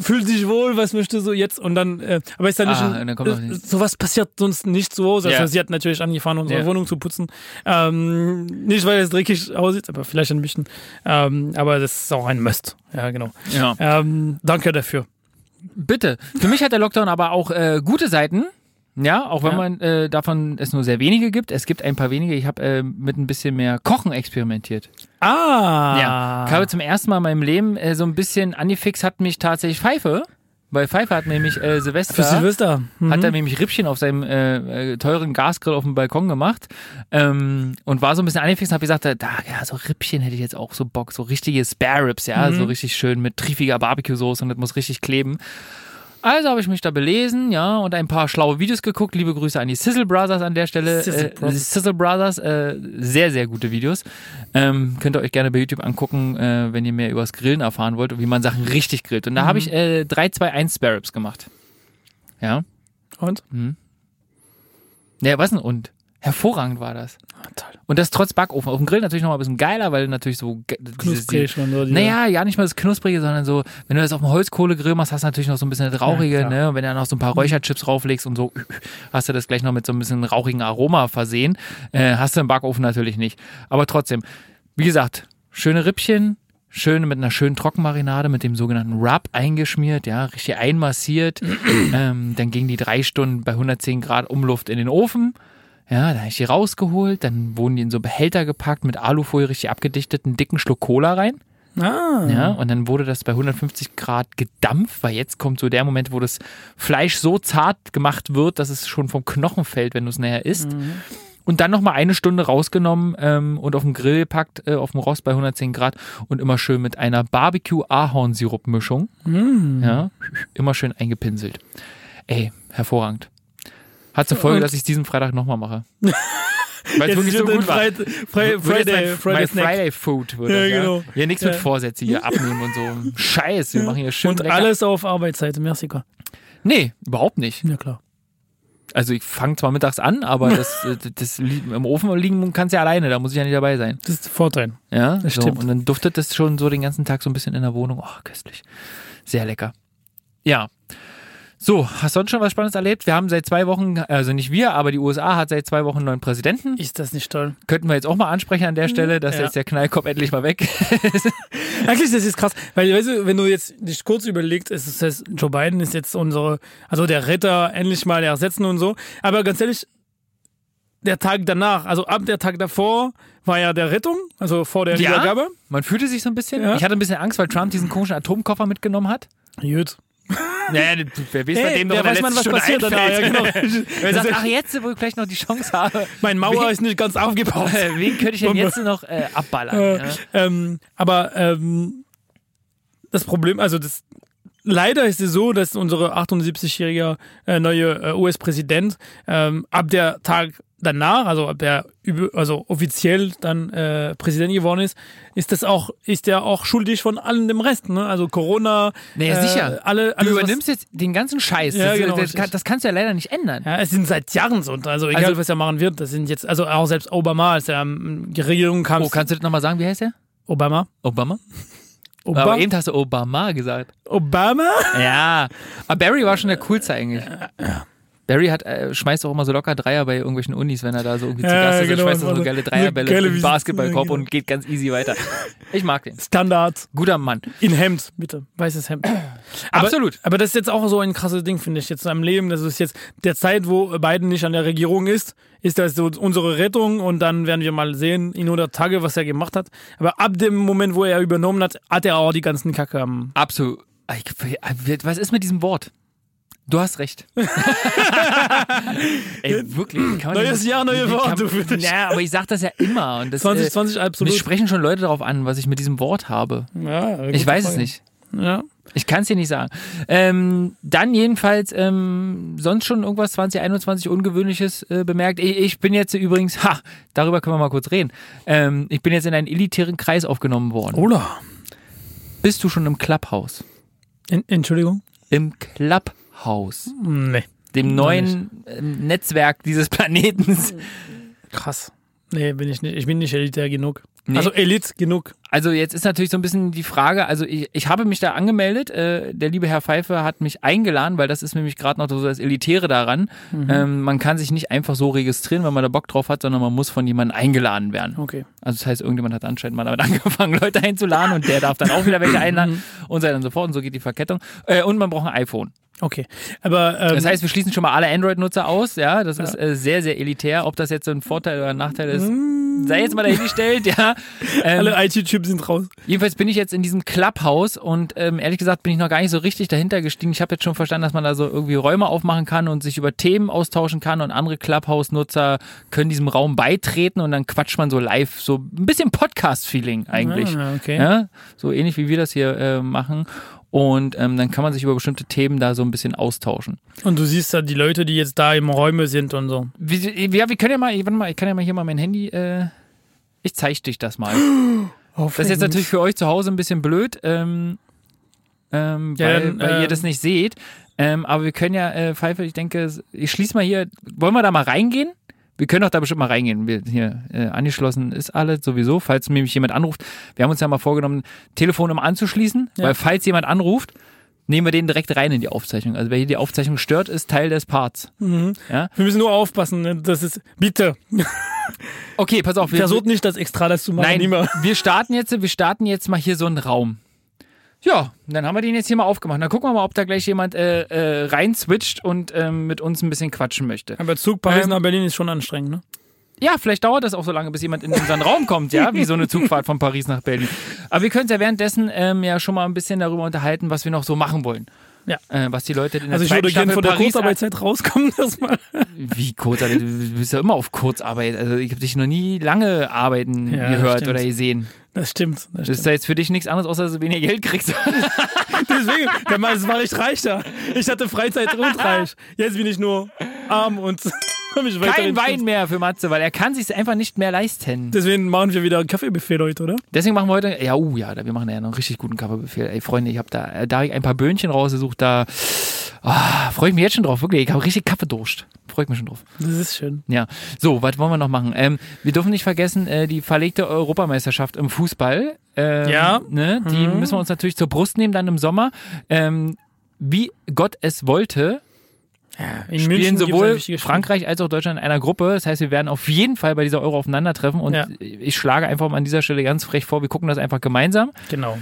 Speaker 1: fühlt sich wohl, was möchte so jetzt? Und dann, äh, aber ist dann nicht,
Speaker 4: Ah,
Speaker 1: ein- äh,
Speaker 4: und dann kommt noch die-
Speaker 1: sowas passiert sonst nicht zu Hause.
Speaker 4: Ja.
Speaker 1: Also sie hat natürlich angefangen, unsere
Speaker 4: Ja.
Speaker 1: Wohnung zu putzen. Ähm, nicht, weil es dreckig aussieht, aber vielleicht ein bisschen. Ähm, aber das ist auch ein Must. Ja, genau.
Speaker 4: Ja.
Speaker 1: Ähm, danke dafür.
Speaker 4: Bitte. Für mich hat der Lockdown aber auch äh, gute Seiten. Ja, auch wenn
Speaker 1: Ja.
Speaker 4: man äh, davon es nur sehr wenige gibt. Es gibt ein paar wenige. Ich habe äh, mit ein bisschen mehr Kochen experimentiert.
Speaker 1: Ah!
Speaker 4: Ja. Ich habe zum ersten Mal in meinem Leben äh, so ein bisschen angefixt hat mich tatsächlich Pfeife. Weil Pfeife hat nämlich äh, Silvester.
Speaker 1: Für Silvester. Mhm.
Speaker 4: Hat er nämlich Rippchen auf seinem äh, äh, teuren Gasgrill auf dem Balkon gemacht ähm, und war so ein bisschen angefixt und hab gesagt, da, ja, so Rippchen hätte ich jetzt auch so Bock, so richtige Spare Ribs, ja,
Speaker 1: Mhm.
Speaker 4: so richtig schön mit triefiger Barbecue-Soße und das muss richtig kleben. Also habe ich mich da belesen, ja, und ein paar schlaue Videos geguckt. Liebe Grüße an die Sizzle Brothers an der Stelle.
Speaker 1: Sizzle
Speaker 4: äh,
Speaker 1: Brothers.
Speaker 4: Sizzle Brothers, äh, sehr, sehr gute Videos. Ähm, könnt ihr euch gerne bei YouTube angucken, äh, wenn ihr mehr übers Grillen erfahren wollt und wie man Sachen richtig grillt. Und da
Speaker 1: Mhm.
Speaker 4: habe ich äh, 3, 2, 1 Spare Ribs gemacht. Ja.
Speaker 1: Und?
Speaker 4: Naja, was denn und? Hervorragend war das.
Speaker 1: Ah, toll.
Speaker 4: Und das trotz Backofen. Auf dem Grill natürlich noch mal ein bisschen geiler, weil natürlich so. ge- dieses- die-
Speaker 1: Knusprig und so. die-
Speaker 4: Naja, ja, nicht mal das Knusprige, sondern so, wenn du das auf dem Holzkohlegrill machst, hast du natürlich noch so ein bisschen das Rauchige,
Speaker 1: Ja, klar. Mhm.
Speaker 4: ne? Und wenn du dann noch so ein paar Räucherchips drauflegst und so, hast du das gleich noch mit so ein bisschen rauchigen Aroma versehen. Äh, hast du im Backofen natürlich nicht. Aber trotzdem, wie gesagt, schöne Rippchen, schön mit einer schönen Trockenmarinade, mit dem sogenannten Rub eingeschmiert, ja, richtig einmassiert. ähm, dann ging die drei Stunden bei 110 Grad Umluft in den Ofen. Ja, dann habe ich die rausgeholt, dann wurden die in so Behälter gepackt, mit Alufolie richtig abgedichtet, einen dicken Schluck Cola rein.
Speaker 1: Ah.
Speaker 4: Ja, und dann wurde das bei 150 Grad gedampft, weil jetzt kommt so der Moment, wo das Fleisch so zart gemacht wird, dass es schon vom Knochen fällt, wenn du es näher isst.
Speaker 1: Mhm.
Speaker 4: Und dann nochmal eine Stunde rausgenommen ähm, und auf den Grill gepackt, äh, auf dem Rost bei 110 Grad und immer schön mit einer Barbecue-Ahornsirup-Mischung.
Speaker 1: Mhm.
Speaker 4: Ja, immer schön eingepinselt. Ey, hervorragend. Hat zur Folge,
Speaker 1: Und-
Speaker 4: dass ich diesen Freitag nochmal mache. Weil es
Speaker 1: Jetzt
Speaker 4: wirklich so
Speaker 1: wird
Speaker 4: gut
Speaker 1: ein
Speaker 4: war.
Speaker 1: Freit- Fre-
Speaker 4: Wird
Speaker 1: Friday,
Speaker 4: jetzt mein-
Speaker 1: Friday
Speaker 4: mein
Speaker 1: Snack.
Speaker 4: Friday Food wird
Speaker 1: Ja,
Speaker 4: das,
Speaker 1: genau.
Speaker 4: ja, nichts mit
Speaker 1: Ja.
Speaker 4: Vorsätze hier abnehmen und so. Scheiß, wir machen hier schön
Speaker 1: Und
Speaker 4: lecker.
Speaker 1: alles auf Arbeitszeit im Mexiko.
Speaker 4: Nee, überhaupt nicht.
Speaker 1: Ja, klar.
Speaker 4: Also ich fange zwar mittags an, aber das, äh, das li- im Ofen liegen kannst ja alleine, da muss ich ja nicht dabei sein.
Speaker 1: Das ist der Vorteil.
Speaker 4: Ja, das so.
Speaker 1: stimmt.
Speaker 4: Und dann duftet das schon so den ganzen Tag so ein bisschen in der Wohnung. Oh, köstlich. Sehr lecker. Ja. So, hast sonst schon was Spannendes erlebt? Wir haben seit zwei Wochen, also nicht wir, aber die USA hat seit zwei Wochen einen neuen Präsidenten.
Speaker 1: Ist das nicht toll?
Speaker 4: Könnten wir jetzt auch mal ansprechen an der Stelle, dass
Speaker 1: Mhm. Ja.
Speaker 4: jetzt der Knallkopf endlich mal weg ist.
Speaker 1: Eigentlich, das ist krass, weil, weißt du, wenn du jetzt dich kurz überlegst, ist es das heißt, Joe Biden ist jetzt unsere, also der Retter, endlich mal ersetzen und so. Aber ganz ehrlich, der Tag danach, also ab der Tag davor, war ja der Rettung, also vor der
Speaker 4: Ja?
Speaker 1: Wiedergabe.
Speaker 4: Man fühlte sich so ein bisschen.
Speaker 1: Ja.
Speaker 4: Ich hatte ein bisschen Angst, weil Trump diesen komischen Atomkoffer mitgenommen hat.
Speaker 1: Gut.
Speaker 4: Naja, wer weiß,
Speaker 1: Hey,
Speaker 4: doch
Speaker 1: wer
Speaker 4: in der
Speaker 1: weiß man, was
Speaker 4: letzten
Speaker 1: passiert
Speaker 4: Stunde
Speaker 1: danach. Ja,
Speaker 4: einfällt.
Speaker 1: genau.
Speaker 4: Wer sagt, ach jetzt, wo ich gleich noch die Chance habe.
Speaker 1: Mein Mauer
Speaker 4: Wen-
Speaker 1: ist nicht ganz aufgebaut.
Speaker 4: Äh, Wen könnte ich denn jetzt noch äh, abballern? Ja?
Speaker 1: ähm, aber ähm, das Problem, also das leider ist es so, dass unsere 78-jährige äh, neue äh, US-Präsident ähm, ab der Tag danach, also ab der übe- also offiziell dann äh, Präsident geworden ist, ist das auch ist er auch schuldig von allem dem Rest, ne? Also Corona, äh,
Speaker 4: Naja, sicher.
Speaker 1: alle,
Speaker 4: Du
Speaker 1: alles, was-
Speaker 4: übernimmst jetzt den ganzen Scheiß.
Speaker 1: Ja,
Speaker 4: das,
Speaker 1: genau,
Speaker 4: das, kann,
Speaker 1: richtig.
Speaker 4: das kannst du ja leider nicht ändern.
Speaker 1: Ja, es sind seit Jahren so, also egal
Speaker 4: Also-
Speaker 1: was er machen wird, das sind jetzt also auch selbst Obama, als er ähm, die Regierung kam,
Speaker 4: Oh, kannst du das nochmal sagen? Wie heißt er?
Speaker 1: Obama,
Speaker 4: Obama?
Speaker 1: Oba
Speaker 4: Aber eben hast du Obama gesagt.
Speaker 1: Obama,
Speaker 4: Ja. Aber Ah, Barry war schon der Coolste eigentlich. Barry hat, äh, schmeißt auch immer so locker Dreier bei irgendwelchen Unis, wenn er da so irgendwie zu
Speaker 1: Ja,
Speaker 4: Gast ist
Speaker 1: genau,
Speaker 4: und schmeißt da so
Speaker 1: also
Speaker 4: geile
Speaker 1: so
Speaker 4: Dreierbälle
Speaker 1: geile
Speaker 4: im
Speaker 1: Wies-
Speaker 4: Basketballkorb
Speaker 1: Ja, genau.
Speaker 4: und geht ganz easy weiter. Ich mag den.
Speaker 1: Standard.
Speaker 4: Guter Mann.
Speaker 1: In Hemd, bitte. Weißes Hemd. Aber,
Speaker 4: Absolut.
Speaker 1: Aber das ist jetzt auch so ein krasses Ding, finde ich, jetzt am Leben. Das ist jetzt der Zeit, wo Biden nicht an der Regierung ist, ist das so unsere Rettung und dann werden wir mal sehen in 100 Tage, was er gemacht hat. Aber ab dem Moment, wo er übernommen hat, hat er auch die ganzen Kacke am...
Speaker 4: Absolut. Ich- Was ist mit diesem Wort? Du hast recht. Ey, wirklich. Kann man
Speaker 1: Neues Jahr, neue
Speaker 4: wie
Speaker 1: Worte
Speaker 4: kann-
Speaker 1: für dich.
Speaker 4: Ja, aber ich sag das ja immer. Und das,
Speaker 1: 2020
Speaker 4: äh, mich
Speaker 1: absolut.
Speaker 4: sprechen schon Leute darauf an, was ich mit diesem Wort habe.
Speaker 1: Ja,
Speaker 4: Ich
Speaker 1: gute
Speaker 4: weiß es
Speaker 1: Frage.
Speaker 4: nicht.
Speaker 1: Ja.
Speaker 4: Ich kann es dir nicht sagen. Ähm, dann jedenfalls ähm, sonst schon irgendwas 2021 Ungewöhnliches äh, bemerkt. Ich, ich bin jetzt übrigens, ha, darüber können wir mal kurz reden. Ähm, ich bin jetzt in einen elitären Kreis aufgenommen worden.
Speaker 1: Oder?
Speaker 4: Bist du schon im Clubhouse?
Speaker 1: En- Entschuldigung?
Speaker 4: Im Clubhouse.
Speaker 1: Nee.
Speaker 4: dem
Speaker 1: Noch
Speaker 4: neuen ähm, Netzwerk dieses Planetens.
Speaker 1: Krass. Nee, bin ich nicht. Ich bin nicht elitär genug.
Speaker 4: Nee.
Speaker 1: Also Elit genug.
Speaker 4: Also jetzt ist natürlich so ein bisschen die Frage, also ich, ich habe mich da angemeldet, äh, der liebe Herr Pfeiffer hat mich eingeladen, weil das ist nämlich gerade noch so das Elitäre daran. Ähm, man kann sich nicht einfach so registrieren, wenn man da Bock drauf hat, sondern man muss von jemandem eingeladen werden.
Speaker 1: Okay.
Speaker 4: Also das heißt, irgendjemand hat anscheinend mal damit angefangen, Leute einzuladen und der darf dann auch wieder welche einladen und so weiter und so fort und so geht die Verkettung. Äh, und man braucht ein iPhone.
Speaker 1: Okay. Aber... Ähm,
Speaker 4: Das heißt, wir schließen schon mal alle Android-Nutzer aus. Ja, das ist äh, sehr, sehr elitär. Ob das jetzt so ein Vorteil oder ein Nachteil ist, sei jetzt mal dahingestellt. Ja. Ähm,
Speaker 1: alle IT-Chips sind raus.
Speaker 4: jedenfalls bin ich jetzt in diesem Clubhouse und ähm, ehrlich gesagt bin ich noch gar nicht so richtig dahinter gestiegen. Ich habe jetzt schon verstanden, dass man da so irgendwie Räume aufmachen kann und sich über Themen austauschen kann und andere Clubhouse-Nutzer können diesem Raum beitreten und dann quatscht man so live, so ein bisschen Podcast-Feeling eigentlich.
Speaker 1: Ah, okay.
Speaker 4: Ja, so ähnlich wie wir das hier äh, machen. Und ähm, dann kann man sich über bestimmte Themen da so ein bisschen austauschen.
Speaker 1: Und du siehst da die Leute, die jetzt da im Räume sind und so.
Speaker 4: Wie, ja, wir können ja mal, warte mal, ich kann ja mal hier mal mein Handy, äh, ich zeig dich das mal. Das ist jetzt natürlich für euch zu Hause ein bisschen blöd, ähm, ähm,
Speaker 1: Ja,
Speaker 4: weil,
Speaker 1: dann,
Speaker 4: weil
Speaker 1: äh,
Speaker 4: ihr das nicht seht. Ähm, aber wir können ja, äh, Pfeife, ich denke, ich schließe mal hier, wollen wir da mal reingehen? Wir können doch da bestimmt mal reingehen. Wir, hier äh, angeschlossen ist alles sowieso, falls um nämlich jemand anruft. Wir haben uns ja mal vorgenommen, Telefon immer anzuschließen, weil falls jemand anruft, nehmen wir den direkt rein in die Aufzeichnung. Also wer hier die Aufzeichnung stört, ist Teil des Parts.
Speaker 1: Wir müssen nur aufpassen, ne? das ist. Bitte,
Speaker 4: Okay, pass auf. Wir,
Speaker 1: versucht nicht, das extra das zu machen.
Speaker 4: Nein,
Speaker 1: Niemals.
Speaker 4: wir starten jetzt, wir starten jetzt mal hier so einen Raum. Ja, dann haben wir den jetzt hier mal aufgemacht. Dann gucken wir mal, ob da gleich jemand äh, äh, rein switcht und ähm, mit uns ein bisschen quatschen möchte.
Speaker 1: Aber Zug Paris nach Berlin ist schon anstrengend, ne?
Speaker 4: Ja, vielleicht dauert das auch so lange, bis jemand in unseren Raum kommt, ja, wie so eine Zugfahrt von Paris nach Berlin. Aber wir können uns ja währenddessen ähm, ja schon mal ein bisschen darüber unterhalten, was wir noch so machen wollen.
Speaker 1: Ja.
Speaker 4: Äh, was die Leute in der
Speaker 1: Also ich
Speaker 4: zweiten
Speaker 1: würde gerne
Speaker 4: Staffel
Speaker 1: von der
Speaker 4: Paris
Speaker 1: Kurzarbeitszeit rauskommen, dass man.
Speaker 4: Wie Kurzarbeit? Du bist ja immer auf Kurzarbeit. Also ich habe dich noch nie lange arbeiten
Speaker 1: Ja,
Speaker 4: gehört
Speaker 1: stimmt.
Speaker 4: oder gesehen.
Speaker 1: Das stimmt. Das
Speaker 4: Das
Speaker 1: stimmt.
Speaker 4: ist ja jetzt für dich nichts anderes, außer dass du weniger Geld kriegst.
Speaker 1: Deswegen, der Mann ist war echt reich da. Ich hatte Freizeit und reich. Jetzt bin ich nur arm und hab mich
Speaker 4: Kein
Speaker 1: weiterhin-
Speaker 4: Wein mehr für Matze, weil er kann sich's einfach nicht mehr leisten.
Speaker 1: Deswegen machen wir wieder ein Kaffeebuffet, Leute, oder?
Speaker 4: Deswegen machen wir heute, ja, oh ja, da- wir machen ja noch einen richtig guten Coverbefehl. Ey, Freunde, ich habe da, äh, da hab ich ein paar Böhnchen rausgesucht, da ah, freue ich mich jetzt schon drauf, wirklich. Ich habe richtig Kaffeedurst. Freue ich mich schon drauf.
Speaker 1: Das ist schön.
Speaker 4: Ja, so, was wollen wir noch machen? Ähm, wir dürfen nicht vergessen, äh, die verlegte Europameisterschaft im Fußball. Ähm,
Speaker 1: Ja.
Speaker 4: Ne, die müssen wir uns natürlich zur Brust nehmen, dann im Sommer. Ähm, wie Gott es wollte,
Speaker 1: In
Speaker 4: spielen
Speaker 1: gibt's ein
Speaker 4: sowohl
Speaker 1: wichtiges Spiel.
Speaker 4: Frankreich als auch Deutschland in einer Gruppe. Das heißt, wir werden auf jeden Fall bei dieser Euro aufeinandertreffen. Und
Speaker 1: Ja.
Speaker 4: ich schlage einfach mal an dieser Stelle ganz frech vor, wir gucken das einfach gemeinsam.
Speaker 1: Genau.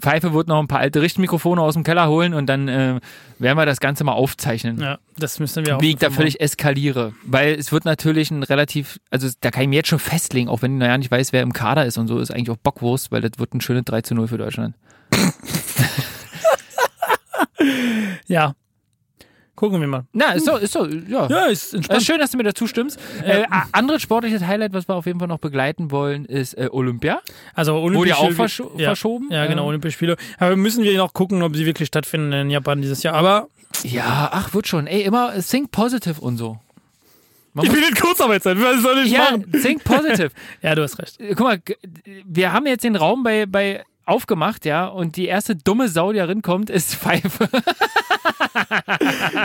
Speaker 4: Pfeife wird noch ein paar alte Richtmikrofone aus dem Keller holen und dann äh, werden wir das Ganze mal aufzeichnen.
Speaker 1: Ja, das müssen wir auch.
Speaker 4: Wie ich da
Speaker 1: machen.
Speaker 4: völlig eskaliere. Weil es wird natürlich ein relativ, also da kann ich mir jetzt schon festlegen, auch wenn ich naja nicht weiß, wer im Kader ist und so, ist eigentlich auch Bockwurst, weil das wird ein schönes 3 zu 0 für Deutschland.
Speaker 1: Ja. Gucken wir mal.
Speaker 4: Na, ist so, ist so, ja.
Speaker 1: Ja, ist
Speaker 4: Das
Speaker 1: entspannt.
Speaker 4: ist schön, dass du mir dazu stimmst. Äh, a- anderes sportliches Highlight, was wir auf jeden Fall noch begleiten wollen, ist äh, Olympia.
Speaker 1: Also Olympische
Speaker 4: Wurde ja auch verscho- verschoben,
Speaker 1: Ja,
Speaker 4: ähm.
Speaker 1: genau, Olympische Spiele. Aber müssen wir noch gucken, ob sie wirklich stattfinden in Japan dieses Jahr. Aber
Speaker 4: Ja, ach, wird schon. Ey, immer think positive und so.
Speaker 1: ich bin in Kurzarbeitszeit. Was soll ich
Speaker 4: Ja,
Speaker 1: machen?
Speaker 4: think positive.
Speaker 1: Ja, du hast recht.
Speaker 4: Äh, Guck mal, g- wir haben jetzt den Raum bei, bei aufgemacht, ja, und die erste dumme Sau, die da rinkommt, ist Pfeife.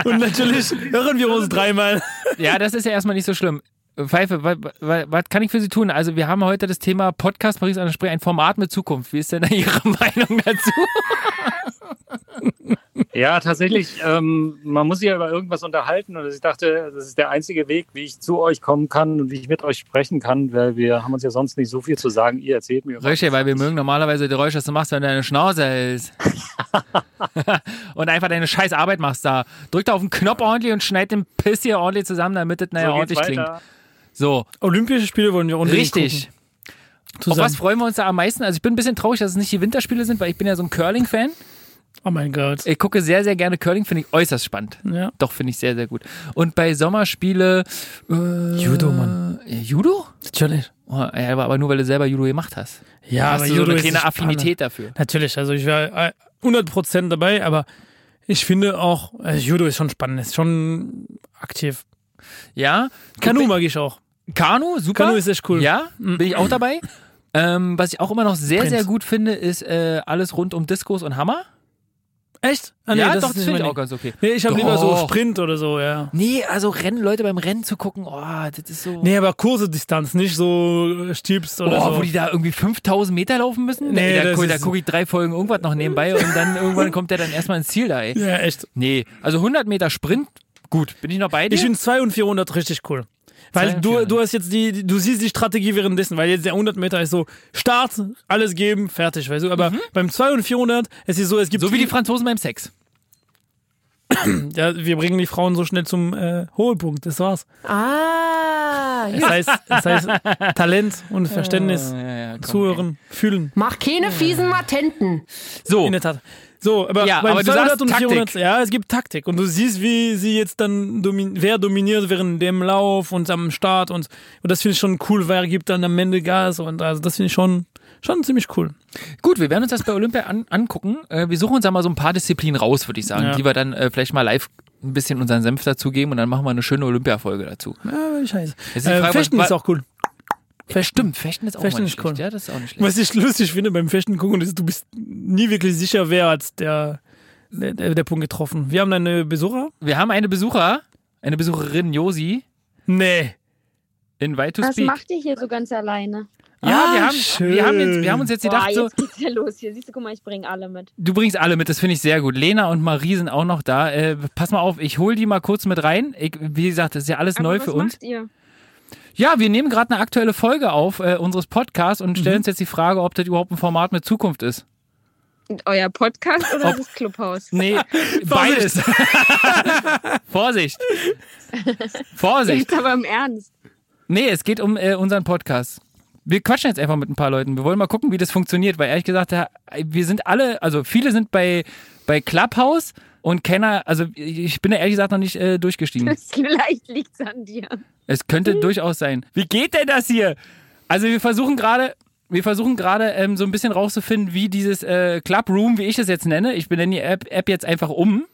Speaker 1: Und natürlich hören wir uns dreimal.
Speaker 4: ja, das ist ja erstmal nicht so schlimm. Pfeife, wa- wa- was kann ich für Sie tun? Also, wir haben heute das Thema Podcast Paris an der Spree, ein Format mit Zukunft. Wie ist denn da Ihre Meinung dazu?
Speaker 5: Ja, tatsächlich. Ähm, man muss sich ja über irgendwas unterhalten. Und ich dachte, das ist der einzige Weg, wie ich zu euch kommen kann und wie ich mit euch sprechen kann, weil wir haben uns ja sonst nicht so viel zu sagen. Ihr erzählt mir.
Speaker 4: Rösche, weil wir mögen normalerweise die Räusche, was du machst, wenn du deine Schnauze hältst. und einfach deine scheiß Arbeit machst da. Drück da auf den Knopf ordentlich und schneid den Piss hier ordentlich zusammen, damit das naja
Speaker 5: So geht's
Speaker 4: ordentlich klingt.
Speaker 5: weiter.
Speaker 4: So,
Speaker 1: Olympische Spiele wollen wir unbedingt
Speaker 4: richtig.
Speaker 1: gucken.
Speaker 4: Auf was
Speaker 1: Zusammen.
Speaker 4: freuen wir uns da am meisten? Also ich bin ein bisschen traurig, dass es nicht die Winterspiele sind, weil ich bin ja so ein Curling-Fan.
Speaker 1: Oh mein Gott.
Speaker 4: Ich gucke sehr, sehr gerne Curling, finde ich äußerst spannend.
Speaker 1: Ja.
Speaker 4: Doch, finde ich sehr, sehr gut. Und bei Sommerspiele... Äh,
Speaker 1: Judo, Mann.
Speaker 4: äh, Judo?
Speaker 1: Natürlich.
Speaker 4: Oh, ja, aber aber nur, weil du selber Judo gemacht hast.
Speaker 1: Ja,
Speaker 4: hast
Speaker 1: aber
Speaker 4: du so
Speaker 1: Judo
Speaker 4: eine
Speaker 1: ist
Speaker 4: kleine
Speaker 1: die Spanne.
Speaker 4: Affinität dafür.
Speaker 1: Natürlich, also ich wäre äh, 100% dabei, aber ich finde auch, also Judo ist schon spannend, ist schon aktiv.
Speaker 4: Ja?
Speaker 1: Kanu mag ich auch.
Speaker 4: Kanu, super.
Speaker 1: Kanu ist echt cool. Mhm.
Speaker 4: Ja, bin ich auch dabei. Ähm, was ich auch immer noch sehr,
Speaker 1: Prinz.
Speaker 4: sehr gut finde, ist äh, alles rund um Diskos und Hammer.
Speaker 1: Echt? Ah, nee,
Speaker 4: ja,
Speaker 1: das
Speaker 4: doch,
Speaker 1: ist
Speaker 4: das
Speaker 1: nicht
Speaker 4: finde ich
Speaker 1: mein
Speaker 4: auch ganz okay.
Speaker 1: Ding. Nee, ich habe lieber so
Speaker 4: Doch.
Speaker 1: Sprint oder so, ja.
Speaker 4: Nee, also Rennen, Leute beim Rennen zu gucken, oh, das ist so.
Speaker 1: Nee, aber kurze Distanz, nicht so äh, Stiebs oder
Speaker 4: Oh,
Speaker 1: so.
Speaker 4: wo die da irgendwie 5000 Meter laufen müssen?
Speaker 1: Nee,
Speaker 4: da,
Speaker 1: das
Speaker 4: gu- da
Speaker 1: ist-
Speaker 4: gucke ich drei Folgen irgendwas noch nebenbei und dann irgendwann kommt der dann erstmal ins Ziel da, ey.
Speaker 1: ja, echt.
Speaker 4: Nee, also 100 Meter Sprint, gut, bin ich noch bei dir?
Speaker 1: Ich finde 2 und 400 richtig cool. Weil
Speaker 4: 200.
Speaker 1: du, du hast jetzt die, die- du siehst die Strategie währenddessen, weil jetzt der 100 Meter ist so, Start, alles geben, fertig, weißt du. Aber beim 2 und 400, es ist Mhm. so, es gibt.
Speaker 4: so wie die Franzosen beim Sex.
Speaker 1: ja, wir bringen die Frauen so schnell zum äh, Hohlpunkt, das war's.
Speaker 6: Ah,
Speaker 1: Das heißt, das heißt Talent und Verständnis,
Speaker 4: komm,
Speaker 1: zuhören, fühlen.
Speaker 6: mach keine fiesen Matenten.
Speaker 4: So,
Speaker 1: In der Tat. So, aber,
Speaker 4: Ja,
Speaker 1: beim
Speaker 4: aber du
Speaker 1: 200
Speaker 4: sagst
Speaker 1: und
Speaker 4: Taktik.
Speaker 1: 400, ja, es gibt Taktik und du siehst, wie sie jetzt dann domin wer dominiert während dem Lauf und am Start und, und das finde ich schon cool, wer gibt dann am Ende Gas und also das finde ich schon schon ziemlich cool.
Speaker 4: Gut, wir werden uns das bei Olympia an, angucken. Äh, wir suchen uns da mal so ein paar Disziplinen raus, würde ich sagen,
Speaker 1: Ja.
Speaker 4: die wir dann äh, vielleicht mal live ein bisschen unseren Senf dazugeben und dann machen wir eine schöne Olympia-Folge dazu.
Speaker 1: Ja, scheiße.
Speaker 4: Jetzt die
Speaker 1: Äh,
Speaker 4: Frage,
Speaker 1: Fechten
Speaker 4: was-
Speaker 1: ist auch cool.
Speaker 4: Stimmt, Fechten ist auch
Speaker 1: Fechten
Speaker 4: mal
Speaker 1: ist
Speaker 4: nicht
Speaker 1: cool.
Speaker 4: schlecht. Ja, das ist auch nicht schlecht.
Speaker 1: Was ich lustig finde beim Fechten gucken ist, du bist nie wirklich sicher, wer hat der der, der Punkt getroffen. Wir haben da eine Besucher?
Speaker 4: Wir haben eine Besucher, eine Besucherin Josi
Speaker 1: Nee.
Speaker 4: in Weit to
Speaker 7: Was
Speaker 4: Speak.
Speaker 7: Also macht ihr hier so ganz alleine?
Speaker 4: Ja, wir,
Speaker 1: Ah,
Speaker 4: haben, wir, haben jetzt, wir haben uns jetzt
Speaker 7: Boah,
Speaker 4: gedacht, so,
Speaker 7: jetzt geht's ja los. Hier siehst du, guck mal, ich bringe alle mit.
Speaker 4: du bringst alle mit, das finde ich sehr gut. Lena und Marie sind auch noch da. Äh, pass mal auf, ich hole die mal kurz mit rein. Ich, wie gesagt, das ist ja alles
Speaker 7: Aber
Speaker 4: neu
Speaker 7: was
Speaker 4: für uns.
Speaker 7: Macht ihr?
Speaker 4: Ja, wir nehmen gerade eine aktuelle Folge auf äh, unseres Podcasts und
Speaker 1: Mhm.
Speaker 4: stellen uns jetzt die Frage, ob das überhaupt ein Format mit Zukunft ist.
Speaker 7: Euer Podcast oder
Speaker 4: Ob-
Speaker 7: das Clubhaus?
Speaker 4: Nee, beides. Vorsicht. Vorsicht.
Speaker 7: Jetzt aber im Ernst.
Speaker 4: Nee, es geht um äh, unseren Podcast. Wir quatschen jetzt einfach mit ein paar Leuten. Wir wollen mal gucken, wie das funktioniert, weil ehrlich gesagt, da- wir sind alle, also viele sind bei, bei Clubhouse und keiner, also ich bin da ehrlich gesagt noch nicht äh, durchgestiegen.
Speaker 7: Vielleicht liegt's an dir.
Speaker 4: Es könnte durchaus sein. Wie geht denn das hier? Also wir versuchen gerade, wir versuchen gerade ähm, so ein bisschen rauszufinden, wie dieses äh, Clubroom, wie ich es jetzt nenne, ich benenne die App, App jetzt einfach um.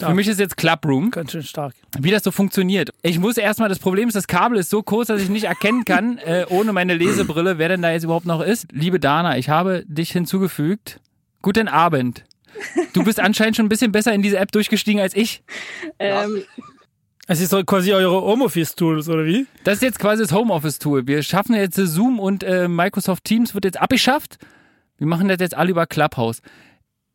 Speaker 4: Für mich ist jetzt Clubroom
Speaker 8: Ganz schön stark.
Speaker 4: wie das so funktioniert. Ich muss erstmal, das Problem ist, das Kabel ist so kurz, dass ich nicht erkennen kann, äh, ohne meine Lesebrille, wer denn da jetzt überhaupt noch ist. Liebe Dana, ich habe dich hinzugefügt. Guten Abend. Du bist anscheinend schon ein bisschen besser in diese App durchgestiegen als ich.
Speaker 7: Ähm,
Speaker 8: Es ist so quasi eure Homeoffice-Tools, oder wie?
Speaker 4: Das ist jetzt quasi das Homeoffice-Tool. Wir schaffen jetzt äh, Zoom und äh, Microsoft Teams wird jetzt abgeschafft. Wir machen das jetzt alle über Clubhouse.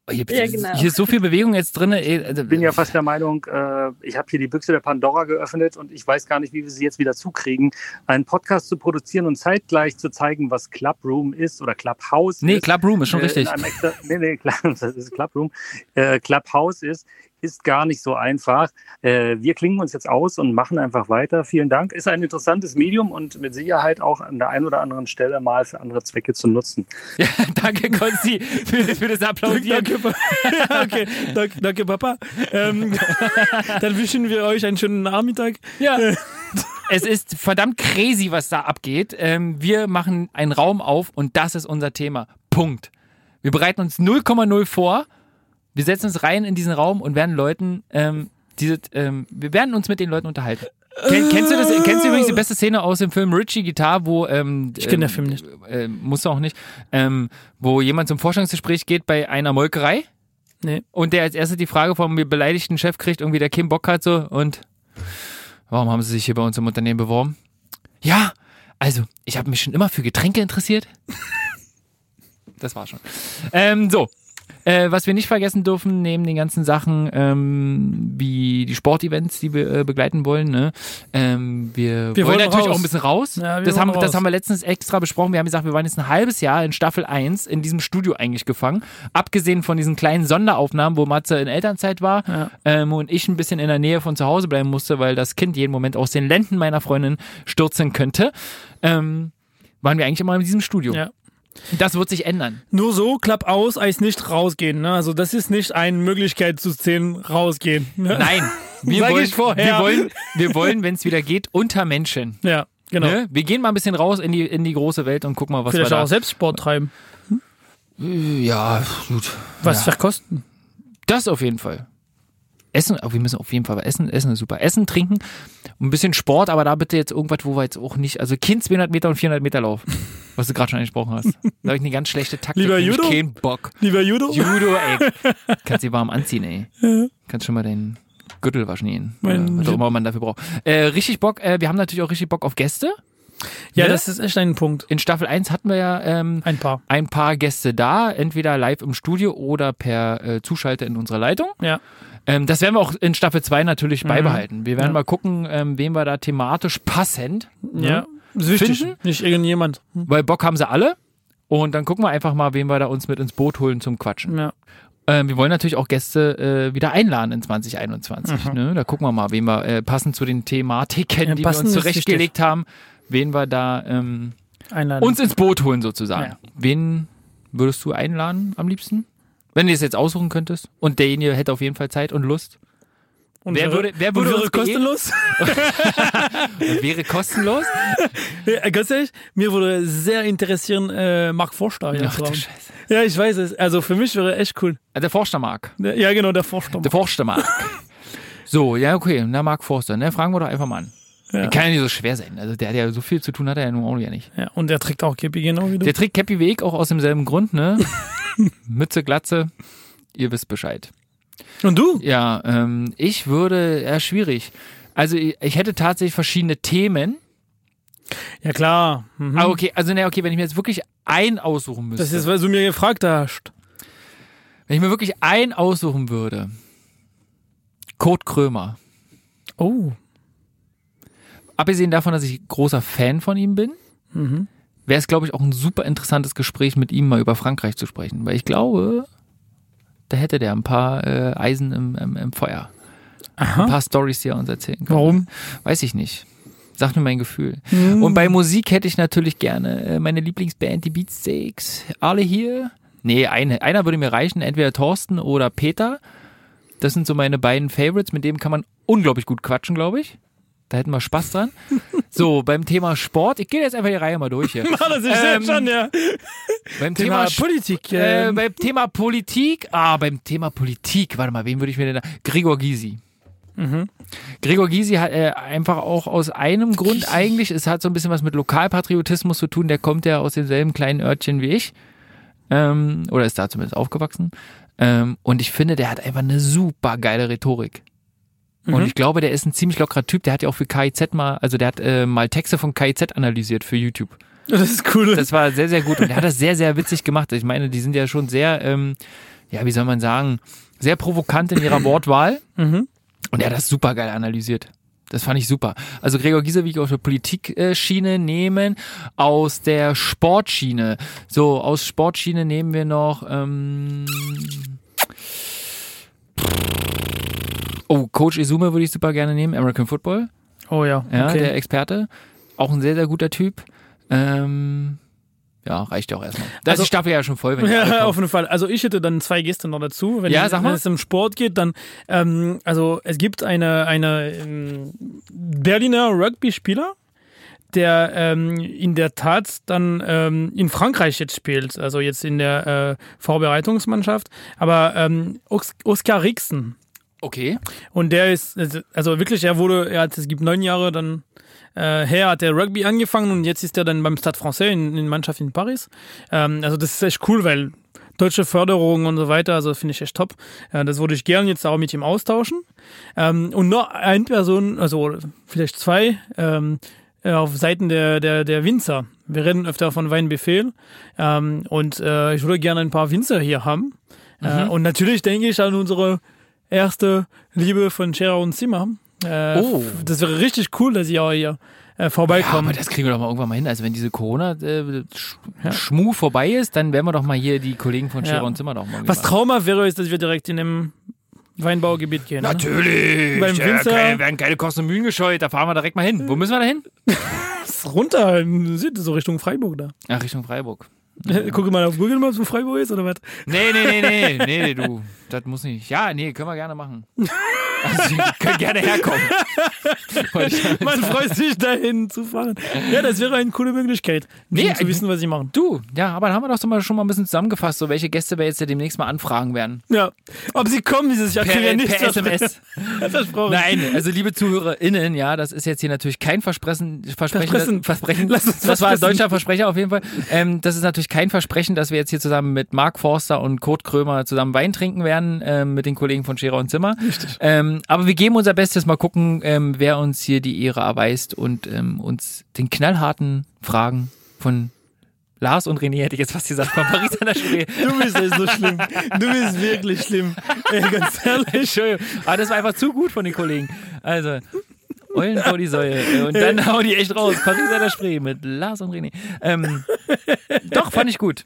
Speaker 4: Oh, Hier,
Speaker 7: Ja, genau.
Speaker 4: hier ist so viel Bewegung jetzt eh, also, drin.
Speaker 5: Ich bin ja fast der Meinung, äh, ich habe hier die Büchse der Pandora geöffnet und ich weiß gar nicht, wie wir sie jetzt wieder zukriegen, einen Podcast zu produzieren und zeitgleich zu zeigen, was Clubroom ist oder Clubhouse
Speaker 4: Nee,
Speaker 5: ist.
Speaker 4: Clubroom ist schon
Speaker 5: äh,
Speaker 4: richtig.
Speaker 5: In einem extra, nee, nee, klar, das ist Clubroom. Äh, Clubhouse ist, ist gar nicht so einfach. Äh, wir klingen uns jetzt aus und machen einfach weiter. Vielen Dank. Ist ein interessantes Medium und mit Sicherheit auch an der einen oder anderen Stelle mal für andere Zwecke zu nutzen.
Speaker 4: Danke, Konsti, für, für das Applaudieren.
Speaker 8: Danke, Pa- okay, danke, danke Papa. Ähm, dann wünschen wir euch einen schönen Nachmittag.
Speaker 4: Ja. es ist verdammt crazy, was da abgeht. Ähm, wir machen einen Raum auf und das ist unser Thema. Punkt. Wir bereiten uns 0,0 vor. Wir setzen uns rein in diesen Raum und werden Leuten, ähm, diese, ähm, wir werden uns mit den Leuten unterhalten. Ken, kennst, du das, kennst du übrigens die beste Szene aus dem Film Richie Guitar, wo ähm, ich
Speaker 8: kenn den Film nicht.
Speaker 4: äh, muss auch nicht, ähm, wo jemand zum Forschungsgespräch geht bei einer Molkerei
Speaker 8: Nee.
Speaker 4: und der als erste die Frage vom beleidigten Chef kriegt, irgendwie der Kim Bock hat so und warum haben sie sich hier bei uns im Unternehmen beworben? Ja, also ich habe mich schon immer für Getränke interessiert. das war schon. Ähm, so. Äh, was wir nicht vergessen dürfen, neben den ganzen Sachen ähm, wie die Sportevents, die wir äh, begleiten wollen, ne? ähm, wir,
Speaker 8: Wir
Speaker 4: wollen
Speaker 8: wollen
Speaker 4: natürlich
Speaker 8: raus.
Speaker 4: auch ein bisschen raus.
Speaker 8: Ja, wir
Speaker 4: das,
Speaker 8: wollen
Speaker 4: haben, das
Speaker 8: raus.
Speaker 4: haben wir letztens extra besprochen. Wir haben gesagt, wir waren jetzt ein halbes Jahr in Staffel 1 in diesem Studio eigentlich gefangen. Abgesehen von diesen kleinen Sonderaufnahmen, wo Matze in Elternzeit war ähm, und ich ein bisschen in der Nähe von zu Hause bleiben musste, weil das Kind jeden Moment aus den Lenden meiner Freundin stürzen könnte, ähm, waren wir eigentlich immer in diesem Studio.
Speaker 8: Ja.
Speaker 4: Das wird sich ändern.
Speaker 8: Nur so, klapp aus, als nicht rausgehen. Ne? Also das ist nicht eine Möglichkeit zu zehn rausgehen. Ne?
Speaker 4: Nein, wir
Speaker 8: Sag
Speaker 4: wollen,
Speaker 8: ich vorher.
Speaker 4: wir wollen, wir wollen wenn es wieder geht, unter Menschen.
Speaker 8: Ja, genau.
Speaker 4: Ne? Wir gehen mal ein bisschen raus in die, in die große Welt und gucken mal, was
Speaker 8: Vielleicht
Speaker 4: wir da...
Speaker 8: auch selbst Sport treiben.
Speaker 4: Ja, gut.
Speaker 8: Was verkosten?
Speaker 4: Das auf jeden Fall. Essen, aber wir müssen auf jeden Fall essen, essen ist super. Essen, trinken, ein bisschen Sport, aber da bitte jetzt irgendwas, wo wir jetzt auch nicht, also Kind 200 Meter und 400 Meter Lauf, was du gerade schon angesprochen hast. Da habe ich eine ganz schlechte Taktik.
Speaker 8: Lieber
Speaker 4: hab ich
Speaker 8: Judo?
Speaker 4: Keinen Bock.
Speaker 8: Lieber Judo?
Speaker 4: Judo, ey. Kannst dich warm anziehen, ey. Kannst schon mal deinen Gürtel waschen gehen.
Speaker 8: Mein-
Speaker 4: Oder was auch immer man dafür braucht. Äh, richtig Bock, äh, wir haben natürlich auch richtig Bock auf Gäste.
Speaker 8: Ja,
Speaker 4: Ne?
Speaker 8: das ist echt ein Punkt.
Speaker 4: In Staffel 1 hatten wir ja ähm,
Speaker 8: Ein paar.
Speaker 4: ein paar Gäste da, entweder live im Studio oder per äh, Zuschalter in unserer Leitung.
Speaker 8: Ja.
Speaker 4: Ähm, das werden wir auch in Staffel 2 natürlich
Speaker 8: Mhm.
Speaker 4: beibehalten. Wir werden mal gucken, ähm, wem wir da thematisch passend,
Speaker 8: Ja. Das ist wichtig.
Speaker 4: Mhm. Finden?
Speaker 8: Nicht irgendjemand.
Speaker 4: weil Bock haben sie alle. Und dann gucken wir einfach mal, wen wir da uns mit ins Boot holen zum Quatschen.
Speaker 8: Ja.
Speaker 4: Ähm, wir wollen natürlich auch Gäste äh, wieder einladen in 2021. Ne? Da gucken wir mal, wen wir äh, passend zu den Thematiken,
Speaker 8: Mhm. Ja,
Speaker 4: die wir
Speaker 8: passend
Speaker 4: uns
Speaker 8: ist wichtig.
Speaker 4: zurechtgelegt haben, wen wir da ähm,
Speaker 8: Einladen.
Speaker 4: uns ins Boot holen sozusagen.
Speaker 8: Ja.
Speaker 4: Wen würdest du einladen am liebsten? Wenn du es jetzt aussuchen könntest und derjenige hätte auf jeden Fall Zeit und Lust.
Speaker 8: Und
Speaker 4: wer
Speaker 8: wäre-
Speaker 4: würde- wer würde
Speaker 8: und wäre
Speaker 4: uns beehren?
Speaker 8: kostenlos?
Speaker 4: Und wäre kostenlos?
Speaker 8: Ja, ganz ehrlich, mir würde sehr interessieren, äh, Marc Forster hier
Speaker 4: Ach
Speaker 8: zu
Speaker 4: du
Speaker 8: haben.
Speaker 4: Scheiße.
Speaker 8: Ja, ich weiß es. Also für mich wäre echt cool.
Speaker 4: Also der Forscher mag.
Speaker 8: Der- Ja, genau, der Forster.
Speaker 4: Der Forster mag. so, ja, okay. Na, Mark Forster, ne? Fragen wir doch einfach mal an.
Speaker 8: Ja.
Speaker 4: Der kann ja nicht so schwer sein. Also der hat ja so viel zu tun, hat er ja nun auch ja nicht.
Speaker 8: Ja, und der trägt auch Käppi, genau wie du.
Speaker 4: Der trägt Cappy Weg auch aus demselben Grund, ne? Mütze, Glatze. Ihr wisst Bescheid.
Speaker 8: Und du?
Speaker 4: Ja, ähm, ich würde, ja, schwierig. Also ich, ich hätte tatsächlich verschiedene Themen.
Speaker 1: Ja, klar.
Speaker 8: Hm.
Speaker 1: Mhm.
Speaker 4: Ah, okay, also na, okay, wenn ich mir jetzt wirklich einen aussuchen müsste.
Speaker 1: Das ist, was du mir gefragt hast.
Speaker 4: wenn ich mir wirklich einen aussuchen würde. Kurt Krömer.
Speaker 1: Oh.
Speaker 4: Abgesehen davon, dass ich großer Fan von ihm bin, wäre es, glaube ich, auch ein super interessantes Gespräch mit ihm mal über Frankreich zu sprechen. Weil ich glaube, da hätte der ein paar äh, Eisen im, im, im Feuer. Ein paar Stories, die er uns erzählen kann.
Speaker 1: Warum? Hm.
Speaker 4: Weiß ich nicht. Sagt mir mein Gefühl. Und bei Musik hätte ich natürlich gerne äh, meine Lieblingsband, die Beatsteaks. Alle hier. Nee, eine, einer würde mir reichen. Entweder Thorsten oder Peter. Das sind so meine beiden Favorites. Mit dem kann man unglaublich gut quatschen, glaube ich. Da hätten wir Spaß dran. So, beim Thema Sport. Ich gehe jetzt einfach die Reihe mal durch hier.
Speaker 1: Ah,
Speaker 8: Also
Speaker 1: das ist
Speaker 4: Ähm,
Speaker 1: ähm, schon, ja.
Speaker 4: beim
Speaker 1: Thema
Speaker 4: Thema, Sch-
Speaker 1: Politik.
Speaker 4: äh,
Speaker 8: ähm.
Speaker 1: Äh,
Speaker 4: beim Thema Politik. Ah, beim Thema Politik. Warte mal, wen würde ich mir denn da. Gregor Gysi. Gregor Gysi hat äh, einfach auch aus einem Grund eigentlich, es hat so ein bisschen was mit Lokalpatriotismus zu tun, der kommt ja aus demselben kleinen Örtchen wie ich. Ähm, oder ist da zumindest aufgewachsen. Ähm, und ich finde, der hat einfach eine super geile Rhetorik. Und ich glaube, der ist ein ziemlich lockerer Typ. Der hat ja auch für KIZ mal, also der hat äh, mal Texte von KIZ analysiert für YouTube.
Speaker 1: das ist cool.
Speaker 4: Das war sehr, sehr gut. Und er hat das sehr, sehr witzig gemacht. Ich meine, die sind ja schon sehr, ähm, ja, wie soll man sagen, sehr provokant in ihrer Wortwahl. Und er hat das super geil analysiert. Das fand ich super. Also Gregor Giesewig aus der Politikschiene nehmen, aus der Sportschiene. So, aus Sportschiene nehmen wir noch. Ähm, oh, Coach Izume würde ich super gerne nehmen, American Football.
Speaker 1: oh ja.
Speaker 4: Ja,
Speaker 1: okay.
Speaker 4: der Experte. Auch ein sehr, sehr guter Typ. Ähm, ja, reicht ja auch erstmal. Da
Speaker 1: Also-
Speaker 4: ist die Staffel ja schon voll, wenn ja,
Speaker 1: Ja,
Speaker 4: alle
Speaker 1: auf
Speaker 4: kommen.
Speaker 1: jeden Fall. Also ich hätte dann zwei Gäste noch dazu. Wenn,
Speaker 4: Ja,
Speaker 1: es-
Speaker 4: sag mal.
Speaker 1: wenn es um Sport geht, dann ähm, also es gibt eine eine ähm, Berliner Rugby-Spieler, der ähm, in der Tat dann ähm, in Frankreich jetzt spielt, also jetzt in der äh, Vorbereitungsmannschaft, aber ähm, Ox- Oskar Rixen.
Speaker 4: Okay.
Speaker 1: Und der ist, also wirklich, er wurde, er hat, es gibt neun Jahre dann äh, her, hat er Rugby angefangen und jetzt ist er dann beim Stade Français in, in Mannschaft in Paris. Ähm, also das ist echt cool, weil deutsche Förderung und so weiter, also finde ich echt top. Äh, das würde ich gerne jetzt auch mit ihm austauschen. Ähm, und noch eine Person, also vielleicht zwei, ähm, äh, auf Seiten der, der, der Winzer. Wir reden öfter von Weinbefehl ähm, und äh, ich würde gerne ein paar Winzer hier haben. Äh,
Speaker 4: Mhm.
Speaker 1: und natürlich denke ich an unsere erste Liebe von Scherer und Zimmer. Äh,
Speaker 4: Oh.
Speaker 1: f- Das wäre richtig cool, dass ihr auch hier äh,
Speaker 4: Ja, aber
Speaker 1: vorbeikommt.
Speaker 4: das kriegen wir doch mal irgendwann mal hin. Also wenn diese Corona-Schmu vorbei ist, dann werden wir doch mal hier die Kollegen von Scherer
Speaker 1: Ja.
Speaker 4: und Zimmer doch mal
Speaker 1: Was Trauma wäre, ist, dass wir direkt in dem Weinbaugebiet gehen. Ne?
Speaker 4: Natürlich.
Speaker 1: Beim
Speaker 4: Ja,
Speaker 1: Winzer-
Speaker 4: keine- werden keine Kosten und Mühen gescheut. Da fahren wir direkt mal hin. Wo müssen wir da hin?
Speaker 1: Das ist runter, im Süd, so Richtung Freiburg da.
Speaker 4: Ach, Richtung Freiburg.
Speaker 1: Gucke mal auf Google Maps, wo Freiburg ist oder was?
Speaker 4: Nee, nee, nee, nee, nee, du. Das muss nicht. Ja, nee, können wir gerne machen. Also, ihr könnt gerne herkommen. Wollte ich damit
Speaker 1: Man freut sich dahin zu fahren. Ja, das wäre eine coole Möglichkeit, die
Speaker 4: Nee,
Speaker 1: zu wissen, was sie machen.
Speaker 4: Du, ja, aber dann haben wir doch schon mal, schon mal ein bisschen zusammengefasst, so welche Gäste wir jetzt ja demnächst mal anfragen werden.
Speaker 1: Ja. Ob sie kommen dieses Jahr, können wir nicht
Speaker 4: SMS.
Speaker 1: versprochen.
Speaker 4: Nein, also liebe ZuhörerInnen, ja, das ist jetzt hier natürlich kein Versprechen. Versprechen.
Speaker 1: Versprechen.
Speaker 4: Versprechen.
Speaker 1: Lass uns
Speaker 4: das war ein
Speaker 1: versprechen.
Speaker 4: deutscher Versprecher auf jeden Fall. Ähm, das ist natürlich kein Versprechen, dass wir jetzt hier zusammen mit Marc Forster und Kurt Krömer zusammen Wein trinken werden, ähm, mit den Kollegen von Scherer und Zimmer. Richtig. Ähm, aber wir geben unser Bestes, mal gucken, ähm, wer uns hier die Ehre erweist und ähm, uns den knallharten Fragen von Lars und René, hätte ich jetzt fast gesagt, von Paris an der Spree.
Speaker 1: Du bist echt so schlimm. Du bist wirklich schlimm. Ey, ganz ehrlich.
Speaker 4: Entschuldigung. Aber das war einfach zu gut von den Kollegen. Also, Eulen vor die Säule.
Speaker 1: Äh.
Speaker 4: Und dann hauen die echt raus. Paris an der Spree mit Lars und René. Ähm, doch, fand ich gut.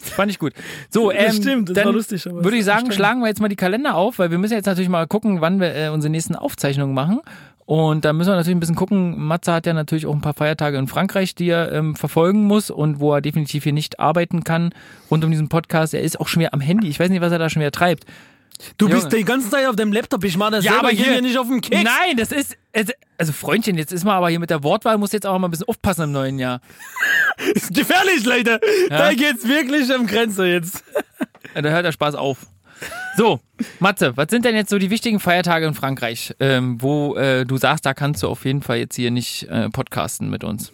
Speaker 4: Fand ich gut. So, ähm,
Speaker 1: Das stimmt, das
Speaker 4: dann
Speaker 1: war lustig, aber
Speaker 4: würde ich
Speaker 1: das
Speaker 4: sagen,
Speaker 1: stimmt.
Speaker 4: schlagen wir jetzt mal die Kalender auf, weil wir müssen jetzt natürlich mal gucken, wann wir äh, unsere nächsten Aufzeichnungen machen. Und da müssen wir natürlich ein bisschen gucken. Matze hat ja natürlich auch ein paar Feiertage in Frankreich, die er ähm, verfolgen muss und wo er definitiv hier nicht arbeiten kann rund um diesen Podcast. Er ist auch schon wieder am Handy. Ich weiß nicht, was er da schon wieder treibt.
Speaker 1: Du
Speaker 4: Junge.
Speaker 1: bist den ganzen Tag auf dem Laptop. Ich mache das
Speaker 4: Ja,
Speaker 1: selber.
Speaker 4: aber
Speaker 1: Geh
Speaker 4: hier-
Speaker 1: mir nicht auf den Keks.
Speaker 4: Nein, das ist. Also, also Freundchen, jetzt ist mal aber hier mit der Wortwahl, muss jetzt auch mal ein bisschen aufpassen im neuen Jahr.
Speaker 1: Ist gefährlich, Leute. Da geht's wirklich am Grenze jetzt.
Speaker 4: Da hört der Spaß auf. So, Matze, was sind denn jetzt so die wichtigen Feiertage in Frankreich, ähm, wo äh, du sagst, da kannst du auf jeden Fall jetzt hier nicht äh, podcasten mit uns?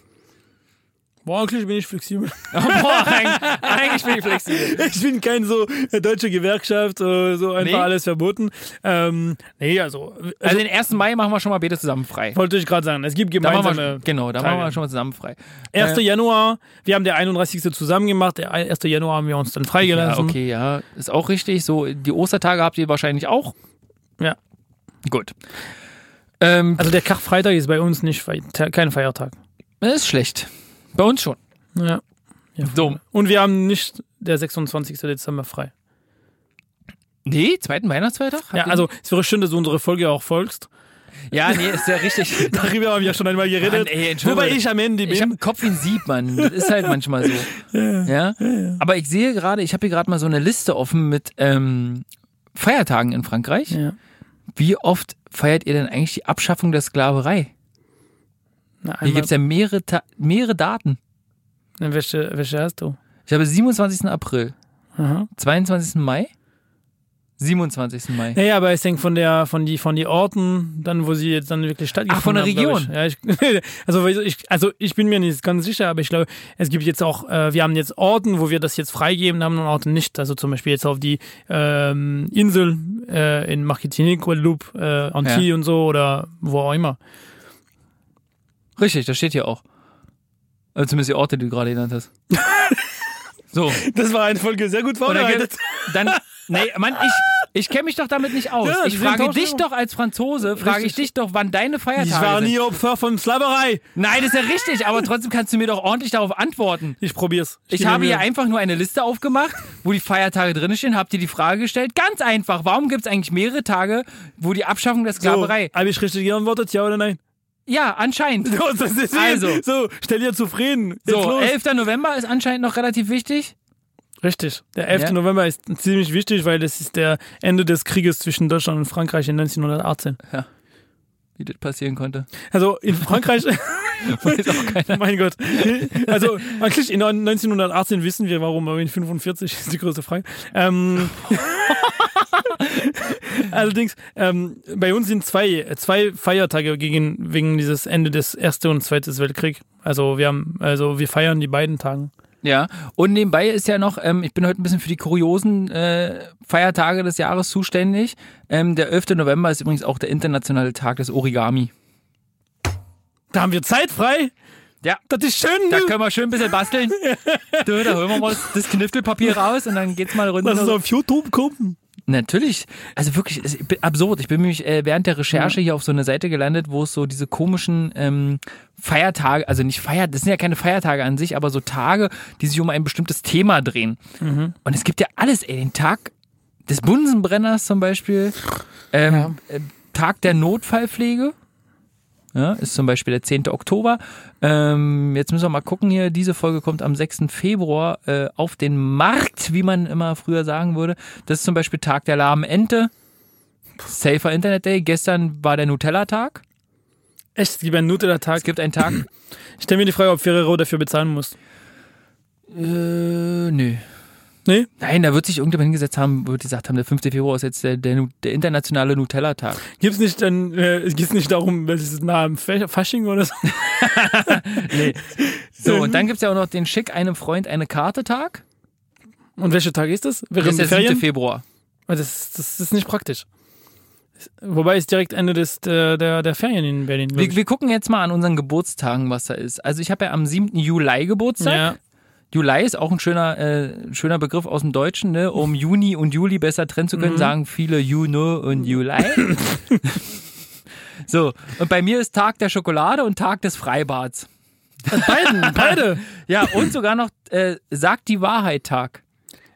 Speaker 1: Boah, eigentlich bin ich flexibel.
Speaker 4: Oh, Boah, eigentlich, eigentlich bin ich flexibel.
Speaker 1: Ich bin kein so äh, deutsche Gewerkschaft, äh, so einfach
Speaker 4: Nee.
Speaker 1: alles verboten. Ähm, nee, also, also,
Speaker 4: Also den 1. Mai machen wir schon mal beide zusammen frei.
Speaker 1: wollte ich gerade sagen, es gibt
Speaker 4: Da machen
Speaker 1: gemeinsame.
Speaker 4: wir, genau, da machen wir
Speaker 1: Tage.
Speaker 4: schon mal zusammen frei.
Speaker 1: 1. Januar, wir haben der 31. zusammen gemacht, der 1. Januar haben wir uns dann
Speaker 4: Ja, also-
Speaker 1: freigelassen.
Speaker 4: okay, ja, ist auch richtig. So, die Ostertage habt ihr wahrscheinlich auch.
Speaker 1: Ja.
Speaker 4: Gut. Ähm,
Speaker 1: Also der Karfreitag ist bei uns nicht frei, ta- kein Feiertag.
Speaker 4: das ist schlecht. Bei uns schon.
Speaker 1: Ja.
Speaker 4: So.
Speaker 1: Und wir haben nicht der 26. Dezember frei.
Speaker 4: Nee, zweiten Weihnachtsfeiertag? Habt
Speaker 1: Ja,
Speaker 4: ihr-
Speaker 1: also es wäre schön, dass du unsere Folge auch folgst.
Speaker 4: Ja, nee, ist ja richtig.
Speaker 1: Darüber haben wir ja schon einmal geredet.
Speaker 4: Mann, ey, Entschuldigung.
Speaker 1: Wobei ich am Ende
Speaker 4: Ich habe
Speaker 1: bin.
Speaker 4: einen Kopf wie ein Sieb, Mann. Das ist halt manchmal so. Ja, Aber ich sehe gerade, ich habe hier gerade mal so eine Liste offen mit ähm, Feiertagen in Frankreich.
Speaker 1: Ja.
Speaker 4: Wie oft feiert ihr denn eigentlich die Abschaffung der Sklaverei?
Speaker 1: Na,
Speaker 4: Hier
Speaker 1: einmal,
Speaker 4: gibt's ja mehrere, Ta mehrere Daten.
Speaker 1: Na, welche, welche hast du?
Speaker 4: Ich habe 27. April,
Speaker 1: Aha.
Speaker 4: 22. Mai, 27. Mai.
Speaker 1: Naja, aber ich denke von der von die von die Orten, dann wo sie jetzt dann wirklich stattgefunden
Speaker 4: Ach, von der
Speaker 1: haben, glaub Ich. Ja, ich, also weil ich also ich bin mir nicht ganz sicher, aber ich glaube, es gibt jetzt auch äh, wir haben jetzt Orten, wo wir das jetzt freigeben haben und Orten nicht. Also zum Beispiel jetzt auf die ähm, Insel äh, in Martinique, Guadeloupe, äh, Antilles und so oder wo auch immer.
Speaker 4: Richtig, das steht hier auch. Also zumindest die Orte, die du gerade genannt hast. so.
Speaker 1: Das war eine Folge sehr gut
Speaker 4: Oder gibt, dann, nee, Mann, ich, ich kenne mich doch damit nicht aus.
Speaker 1: Ja,
Speaker 4: ich
Speaker 1: deswegen
Speaker 4: frage
Speaker 1: tauschen wir
Speaker 4: dich
Speaker 1: um.
Speaker 4: doch als Franzose, frage ich
Speaker 1: Richtig.
Speaker 4: dich doch, wann deine Feiertage
Speaker 1: Ich war
Speaker 4: sind.
Speaker 1: nie Opfer von Sklaverei.
Speaker 4: Nein, das ist ja richtig, aber trotzdem kannst du mir doch ordentlich darauf antworten.
Speaker 1: Ich probier's.
Speaker 4: Ich
Speaker 1: gebe
Speaker 4: habe
Speaker 1: mir
Speaker 4: hier
Speaker 1: Mühe.
Speaker 4: einfach nur eine Liste aufgemacht, wo die Feiertage drin stehen, hab dir die Frage gestellt. Ganz einfach, warum gibt es eigentlich mehrere Tage, wo die Abschaffung der Sklaverei...
Speaker 1: So, habe ich richtig geantwortet, ja oder nein?
Speaker 4: Ja, anscheinend.
Speaker 1: So, das ist
Speaker 4: Also.
Speaker 1: so stell dir zufrieden. Jetzt
Speaker 4: So,
Speaker 1: los.
Speaker 4: 11. November ist anscheinend noch relativ wichtig.
Speaker 1: Richtig. Der 11.
Speaker 4: Ja.
Speaker 1: November ist ziemlich wichtig, weil das ist der Ende des Krieges zwischen Deutschland und Frankreich in 1918.
Speaker 4: Wie das passieren konnte.
Speaker 1: Also in Frankreich,
Speaker 4: Weiß auch keiner.
Speaker 1: mein Gott. Also eigentlich in 1918 wissen wir, warum, aber in 45 ist die größte Frage. Ähm, allerdings, ähm, bei uns sind zwei, zwei Feiertage gegen, wegen dieses Ende des Ersten und Zweiten Weltkrieg. Also wir haben, also wir feiern die beiden Tagen.
Speaker 4: Ja, und nebenbei ist ja noch, ähm, ich bin heute ein bisschen für die kuriosen äh, Feiertage des Jahres zuständig. Ähm, der 11. November ist übrigens auch der internationale Tag des Origami.
Speaker 1: Da haben wir Zeit frei.
Speaker 4: Ja.
Speaker 1: Das ist schön.
Speaker 4: Da können wir schön ein bisschen basteln. Du, da holen wir mal das Kniftelpapier raus und dann geht's mal
Speaker 1: Lass uns
Speaker 4: runter.
Speaker 1: auf YouTube gucken.
Speaker 4: Natürlich. Also wirklich, es ist absurd. Ich bin nämlich äh, während der Recherche hier auf so eine Seite gelandet, wo es so diese komischen ähm, Feiertage, also nicht Feier, das sind ja keine Feiertage an sich, aber so Tage, die sich um ein bestimmtes Thema drehen. Und es gibt ja alles, ey. Den Tag des Bunsenbrenners zum Beispiel, ähm, äh, Tag der Notfallpflege. Ja, Ne? ist zum Beispiel der 10. Oktober. Ähm, jetzt müssen wir mal gucken hier. Diese Folge kommt am 6. Februar äh, auf den Markt, wie man immer früher sagen würde. Das ist zum Beispiel Tag der lahmen Ente. Safer Internet Day. Gestern war der Nutella-Tag.
Speaker 1: Echt, es gibt einen Nutella-Tag.
Speaker 4: Es gibt einen Tag.
Speaker 1: Ich stelle mir die Frage, ob Ferrero dafür bezahlen muss.
Speaker 4: äh, nö.
Speaker 1: Nee?
Speaker 4: Nein, da wird sich irgendjemand hingesetzt haben, wird gesagt haben, der 5. Februar ist jetzt der, der, Nu- der internationale Nutella-Tag.
Speaker 1: Gibt es nicht, dann, äh, es geht's nicht darum, welches ist nah am Fe- Fasching oder so?
Speaker 4: So, und dann gibt's ja auch noch den Schick einem Freund eine Karte-Tag.
Speaker 1: Und welcher Tag ist das?
Speaker 4: Das
Speaker 1: Während
Speaker 4: ist
Speaker 1: der
Speaker 4: der 7.
Speaker 1: Ferien?
Speaker 4: Februar.
Speaker 1: Weil Das, das ist nicht praktisch. Wobei ist direkt Ende des, der, der, der Ferien in Berlin. glaub
Speaker 4: Wir,
Speaker 1: ich.
Speaker 4: wir gucken jetzt mal an unseren Geburtstagen, was da ist. Also ich habe ja am 7. Juli Geburtstag.
Speaker 1: ja.
Speaker 4: Juli ist auch ein schöner, äh, ein schöner Begriff aus dem Deutschen, ne? um Juni und Juli besser trennen zu können,
Speaker 1: Mhm.
Speaker 4: sagen viele Juno und Juli. so, und bei mir ist Tag der Schokolade und Tag des Freibads.
Speaker 1: Beiden, beide.
Speaker 4: Ja, und sogar noch äh, Sagt die Wahrheit Tag.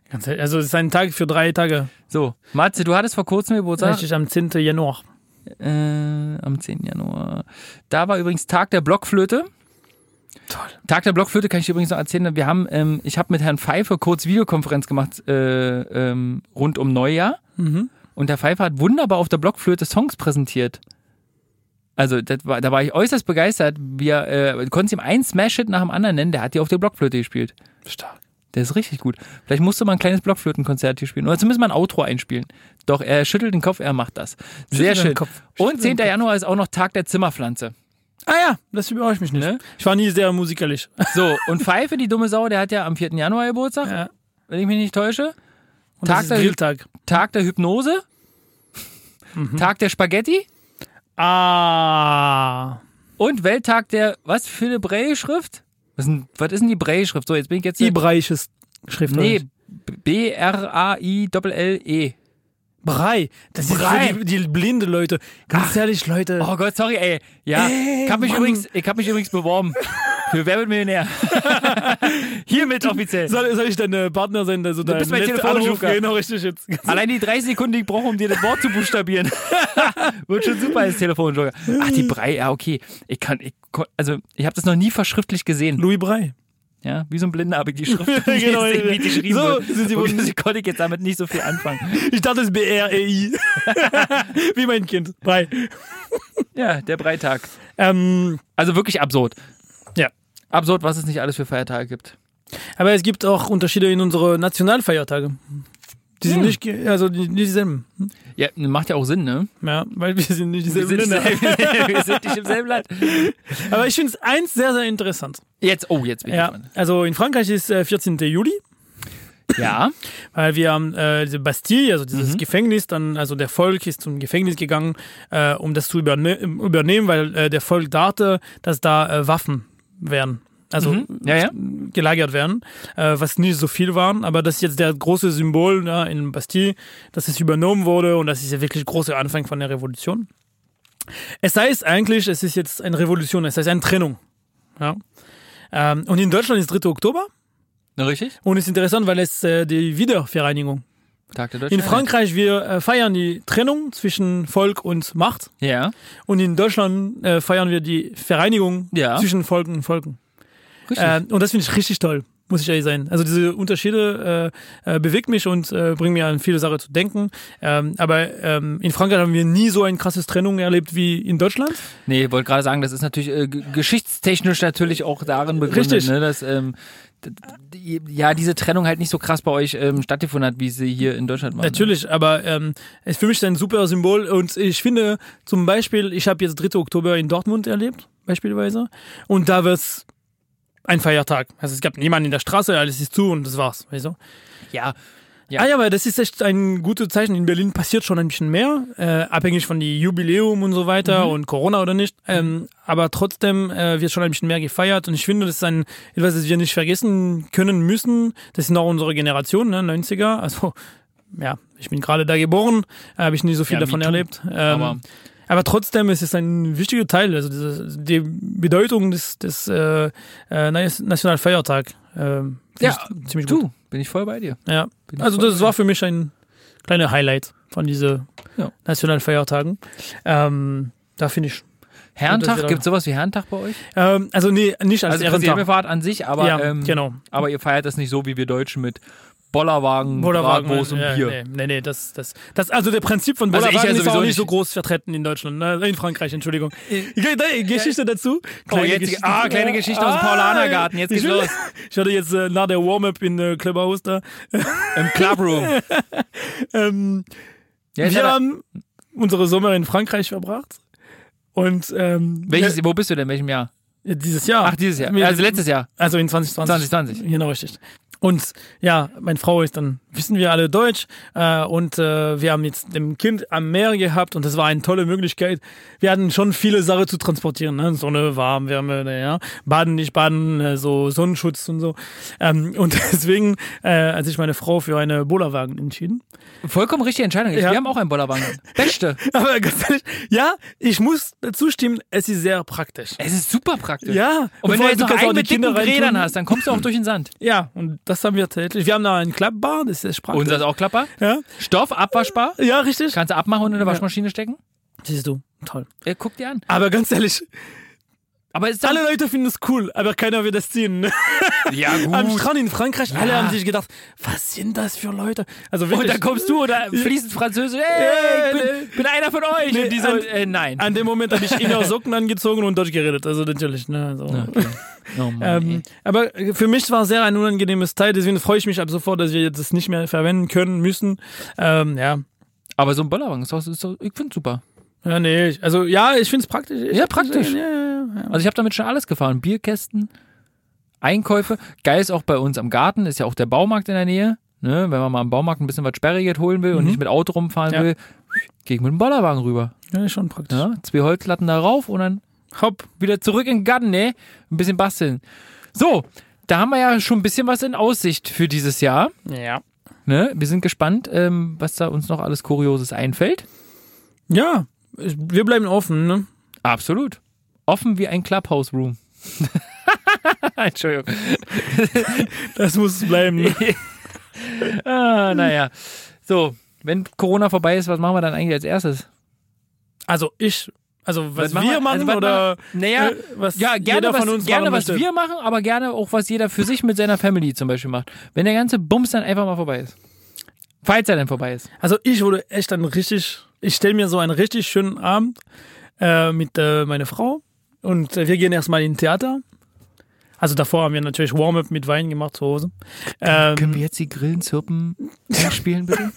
Speaker 1: Ganz ehrlich, Also es ist ein Tag für drei Tage.
Speaker 4: So, Matze, du hattest vor kurzem Geburtstag,
Speaker 1: Richtig am 10. Januar.
Speaker 4: äh, am 10. Januar. Da war übrigens Tag der Blockflöte. Tag der Blockflöte kann ich dir übrigens noch erzählen. Wir haben, ähm, ich habe mit Herrn Pfeife kurz Videokonferenz gemacht äh, ähm, rund um Neujahr.
Speaker 1: Mhm.
Speaker 4: Und der Pfeife hat wunderbar auf der Blockflöte Songs präsentiert. Also das war, da war ich äußerst begeistert. Wir äh, konnten ihm einen Smash-Hit nach dem anderen nennen. Der hat die auf der Blockflöte gespielt.
Speaker 1: Stark.
Speaker 4: Der ist richtig gut. Vielleicht musst du mal ein kleines Blockflötenkonzert hier spielen. Oder zumindest mal ein Outro einspielen. Doch, er schüttelt den Kopf, er macht das.
Speaker 1: Schüttelt den
Speaker 4: Sehr schön.
Speaker 1: Kopf.
Speaker 4: Und 10. Januar ist auch noch Tag der Zimmerpflanze.
Speaker 1: Ah ja, das überrascht mich nicht.
Speaker 4: Ne?
Speaker 1: Ich war nie sehr musikalisch.
Speaker 4: So, und Pfeife, die dumme Sau, der hat ja am 4. Januar Geburtstag,
Speaker 1: Ja.
Speaker 4: wenn ich mich nicht täusche.
Speaker 1: Und
Speaker 4: Tag
Speaker 1: das ist
Speaker 4: der-
Speaker 1: Grilltag. Mhm.
Speaker 4: Tag der Hypnose, Tag der Spaghetti
Speaker 1: Ah.
Speaker 4: und Welttag der, was für eine Braille-Schrift? Was, denn- was ist denn die Braille-Schrift? So, jetzt bin ich jetzt...
Speaker 1: Ibreiches Schrift.
Speaker 4: nee, B-R-A-I-L-L-E.
Speaker 1: Brei. Das ist
Speaker 4: Brei.
Speaker 1: für die, die blinde Leute. Ganz ehrlich, Leute.
Speaker 4: Oh Gott, sorry, ey. Ja,
Speaker 1: Ey,
Speaker 4: ich hab mich
Speaker 1: Mann.
Speaker 4: übrigens, ich hab mich übrigens beworben. Für Wer wird Millionär? Hiermit offiziell.
Speaker 1: Soll, soll ich deine Partner sein? Also du
Speaker 4: bist mein Telefonjoker.
Speaker 1: Genau, richtig jetzt.
Speaker 4: Allein die 30 Sekunden, die ich brauche, um dir das Wort zu buchstabieren. Wird schon super als Telefonjoker. Ach, die Brei, ja, okay. Ich kann, ich, kon- also, ich habe das noch nie verschriftlich gesehen.
Speaker 1: Louis Brei.
Speaker 4: Ja, wie so ein Blinder habe ich die Schrift nicht
Speaker 1: Genau,
Speaker 4: gesehen, wie die geschrieben
Speaker 1: so
Speaker 4: wird.
Speaker 1: sind sie
Speaker 4: Und
Speaker 1: wohl-
Speaker 4: deswegen konnte ich jetzt damit nicht so viel anfangen.
Speaker 1: Ich dachte, es ist B-R-E-I. Wie mein Kind. Brei.
Speaker 4: Ja, der Breitag.
Speaker 1: Ähm,
Speaker 4: Also wirklich absurd.
Speaker 1: Ja.
Speaker 4: Absurd, was es nicht alles für Feiertage gibt.
Speaker 1: aber es gibt auch Unterschiede in unsere Nationalfeiertage. Die sind nicht, ge- also die- nicht dieselben.
Speaker 4: Ja, macht ja auch Sinn, ne?
Speaker 1: Ja, weil wir sind nicht
Speaker 4: Wir
Speaker 1: dieselben
Speaker 4: sind,
Speaker 1: Länder.
Speaker 4: wir sind nicht im selben Land.
Speaker 1: Aber ich finde es eins sehr, sehr interessant.
Speaker 4: Jetzt, oh, jetzt bin ich
Speaker 1: Ja,
Speaker 4: dran.
Speaker 1: also in Frankreich ist äh, 14. Juli,
Speaker 4: Ja,
Speaker 1: weil wir haben äh, diese Bastille, also dieses Gefängnis, dann, also der Volk ist zum Gefängnis gegangen, äh, um das zu überne übernehmen, weil äh, der Volk dachte, dass da äh, Waffen wären. Also
Speaker 4: Hm? ja, ja.
Speaker 1: gelagert werden, äh, was nicht so viel waren, aber das ist jetzt der große Symbol ja, in Bastille, dass es übernommen wurde und das ist der wirklich große Anfang von der Revolution. Es heißt eigentlich, es ist jetzt eine Revolution, es heißt eine Trennung. Ja. Ähm, und in Deutschland ist 3. Oktober
Speaker 4: Na, richtig?
Speaker 1: und ist interessant, weil es äh, die Wiedervereinigung.
Speaker 4: Tag der Deutschen.
Speaker 1: In Frankreich, wir äh, feiern die Trennung zwischen Volk und Macht
Speaker 4: Ja,
Speaker 1: und in Deutschland äh, feiern wir die Vereinigung
Speaker 4: Ja.
Speaker 1: zwischen Volken und Volken.
Speaker 4: richtig.
Speaker 1: Äh, und das finde ich richtig toll, muss ich ehrlich sein. Also diese Unterschiede äh, äh, bewegt mich und äh, bringen mir an viele Sachen zu denken. Ähm, aber ähm, in Frankreich haben wir nie so eine krasse Trennung erlebt wie in Deutschland.
Speaker 4: Nee, wollte gerade sagen, das ist natürlich äh, g- geschichtstechnisch natürlich auch darin begründet,
Speaker 1: Richtig.
Speaker 4: Ne, dass ähm, d- d- ja diese Trennung halt nicht so krass bei euch ähm, stattgefunden hat, wie sie hier in Deutschland war.
Speaker 1: Natürlich, aber ähm, es ist für mich ein super Symbol und ich finde zum Beispiel, ich habe jetzt 3. Oktober in Dortmund erlebt, beispielsweise, und da war es ein Feiertag. Also es gab niemanden in der Straße, alles ist zu und das war's. Weißt du?
Speaker 4: Ne? Ja, Ja.
Speaker 1: Ja. Ah ja, aber das ist echt ein gutes Zeichen. In Berlin passiert schon ein bisschen mehr, äh, abhängig von die Jubiläum und so weiter
Speaker 4: Mhm.
Speaker 1: und Corona oder nicht. Ähm, aber trotzdem äh, wird schon ein bisschen mehr gefeiert und ich finde, das ist ein, etwas, das wir nicht vergessen können müssen. Das ist noch unsere Generation, ne, 90er. Also ja, ich bin gerade da geboren, äh, habe ich nicht so viel
Speaker 4: Ja,
Speaker 1: davon
Speaker 4: me too.
Speaker 1: erlebt. Ähm,
Speaker 4: Aber-
Speaker 1: aber, trotzdem ist es ein wichtiger Teil, also dieses, die Bedeutung des, des äh, äh, Nationalfeiertag. ähm, finde
Speaker 4: Ja,
Speaker 1: ich ziemlich
Speaker 4: du, Ne? bin ich voll bei dir.
Speaker 1: ja.
Speaker 4: Bin ich
Speaker 1: Also
Speaker 4: voll
Speaker 1: das war für mich ein kleiner Highlight von diesen
Speaker 4: Ja.
Speaker 1: Nationalfeiertagen. Ähm, da finde ich.
Speaker 4: Herrentag,
Speaker 1: wieder-
Speaker 4: gibt sowas wie Herrentag bei euch?
Speaker 1: Ähm, also nee, nicht als
Speaker 4: Also
Speaker 1: Ehrentag.
Speaker 4: Präsidialfahrt an sich, aber
Speaker 1: Ja,
Speaker 4: ähm,
Speaker 1: genau.
Speaker 4: aber ihr feiert das nicht so wie wir Deutschen mit Bollerwagen,
Speaker 1: Bollerwagen,
Speaker 4: Bratwurst und
Speaker 1: ja,
Speaker 4: Bier.
Speaker 1: äh, Nee, nee, nee, das, das, das, also der Prinzip von
Speaker 4: Also ich
Speaker 1: Bollerwagen
Speaker 4: ja
Speaker 1: ist
Speaker 4: sowieso
Speaker 1: auch nicht
Speaker 4: nicht. Äh,
Speaker 1: so groß vertreten in Deutschland, ne? in Frankreich, Entschuldigung. Ge- da- äh, Geschichte dazu.
Speaker 4: Oh, jetzt, ah, kleine Geschichte aus dem Paulanergarten, jetzt geht's
Speaker 1: ich, will-
Speaker 4: los.
Speaker 1: Ich hatte jetzt äh, nach der Warm-Up in äh, Clubhouse da.
Speaker 4: Im Clubroom.
Speaker 1: Ähm,
Speaker 4: Ja, jetzt
Speaker 1: wir
Speaker 4: hat er-
Speaker 1: haben unsere Sommer in Frankreich verbracht. Und ähm,
Speaker 4: welches, wo bist du denn? In welchem Jahr?
Speaker 1: Ja, Äh, Dieses Jahr.
Speaker 4: Ach, dieses Jahr.
Speaker 1: Mit-
Speaker 4: Also letztes Jahr.
Speaker 1: Also in 2020.
Speaker 4: 2020.
Speaker 1: Genau, richtig. Und ja, meine Frau ist dann, wissen wir alle Deutsch. Äh, und äh, wir haben jetzt dem Kind am Meer gehabt und das war eine tolle Möglichkeit. Wir hatten schon viele Sachen zu transportieren. Ne? Sonne, warm, Wärme, na ja. Baden, nicht baden, äh, so Sonnenschutz und so. Ähm, und deswegen äh, hat sich meine Frau für einen Bollerwagen entschieden.
Speaker 4: Vollkommen richtige Entscheidung. Ich,
Speaker 1: Ja.
Speaker 4: Wir haben auch einen Bollerwagen. Beste.
Speaker 1: Aber ganz ehrlich, ja, ich muss dazu stimmen, es ist sehr praktisch.
Speaker 4: Es ist super praktisch.
Speaker 1: Ja, vor
Speaker 4: Und wenn du
Speaker 1: allem,
Speaker 4: jetzt noch
Speaker 1: kannst auch
Speaker 4: einen
Speaker 1: die
Speaker 4: mit dicken
Speaker 1: Kinder reintun.
Speaker 4: Rädern hast, dann kommst du auch durch den Sand.
Speaker 1: Ja, und das haben wir tatsächlich. Wir haben da einen Klappbar, das ist sprachlich.
Speaker 4: Unser ist auch klapper.
Speaker 1: Ja.
Speaker 4: Stoff, abwaschbar.
Speaker 1: Ja, richtig.
Speaker 4: Kannst du abmachen und in eine Waschmaschine stecken.
Speaker 1: Siehst du, toll.
Speaker 4: Äh, guck dir an.
Speaker 1: Aber ganz ehrlich,
Speaker 4: Aber ist
Speaker 1: alle Leute finden es cool, aber keiner will das ziehen. Ne?
Speaker 4: Ja,
Speaker 1: Am
Speaker 4: gut.
Speaker 1: Strand in Frankreich, alle haben sich gedacht, was sind das für Leute? Also wirklich,
Speaker 4: Und dann kommst du oder fließend Französisch. Ey,
Speaker 1: Ja, ne.
Speaker 4: ich bin, bin einer von euch.
Speaker 1: Nee,
Speaker 4: und die so,
Speaker 1: an-
Speaker 4: äh, nein.
Speaker 1: An dem Moment habe ich immer Socken angezogen und Deutsch geredet, also natürlich. Ne? Also,
Speaker 4: Oh Mann,
Speaker 1: ähm,
Speaker 4: ey.
Speaker 1: aber für mich war es sehr ein unangenehmes Teil, deswegen freue ich mich ab sofort, dass wir jetzt das nicht mehr verwenden können, müssen. Ähm, ja.
Speaker 4: Aber so ein Bollerwagen ist doch, ist doch, ich finde super.
Speaker 1: ja, nee, ich- also ja, ich finde es praktisch. Ich
Speaker 4: Ja,
Speaker 1: hab-
Speaker 4: praktisch.
Speaker 1: Ja, ja, ja.
Speaker 4: Also ich habe damit schon alles gefahren. Bierkästen, Einkäufe. Geil ist auch bei uns am Garten, ist ja auch der Baumarkt in der Nähe. Ne? Wenn man mal am Baumarkt ein bisschen was Sperriges holen will und nicht mit Auto rumfahren
Speaker 1: Mhm. Ja.
Speaker 4: will, gehe ich mit dem Bollerwagen rüber.
Speaker 1: Ja, ist schon praktisch.
Speaker 4: Ja? Zwei Holzlatten da rauf und dann hopp, wieder zurück in den Garten, ne? Ein bisschen basteln. So, da haben wir ja schon ein bisschen was in Aussicht für dieses Jahr.
Speaker 1: Ja.
Speaker 4: Ne? Wir sind gespannt, ähm, was da uns noch alles Kurioses einfällt.
Speaker 1: Ja, ich- wir bleiben offen, ne?
Speaker 4: Absolut. Offen wie ein Clubhouse-Room. Entschuldigung.
Speaker 1: Das muss bleiben. Ne?
Speaker 4: Ah, naja. So, wenn Corona vorbei ist, was machen wir dann eigentlich als erstes?
Speaker 1: Also ich, also was,
Speaker 4: machen
Speaker 1: wir
Speaker 4: wir- also
Speaker 1: machen
Speaker 4: was
Speaker 1: oder
Speaker 4: Naja,
Speaker 1: äh, was
Speaker 4: ja, gerne,
Speaker 1: jeder
Speaker 4: was,
Speaker 1: von uns
Speaker 4: gerne
Speaker 1: machen
Speaker 4: was
Speaker 1: möchte.
Speaker 4: wir machen, aber gerne auch, was jeder für sich mit seiner Family zum Beispiel macht. Wenn der ganze Bums dann einfach mal vorbei ist. Falls er dann vorbei ist.
Speaker 1: Also ich würde echt dann richtig, ich stelle mir so einen richtig schönen Abend äh, mit äh, meiner Frau und äh, wir gehen erstmal in Theater. Also davor haben wir natürlich Warm-up mit Wein gemacht zu Hause. Ähm,
Speaker 4: Können wir jetzt die Grillenzirpen spielen, bitte?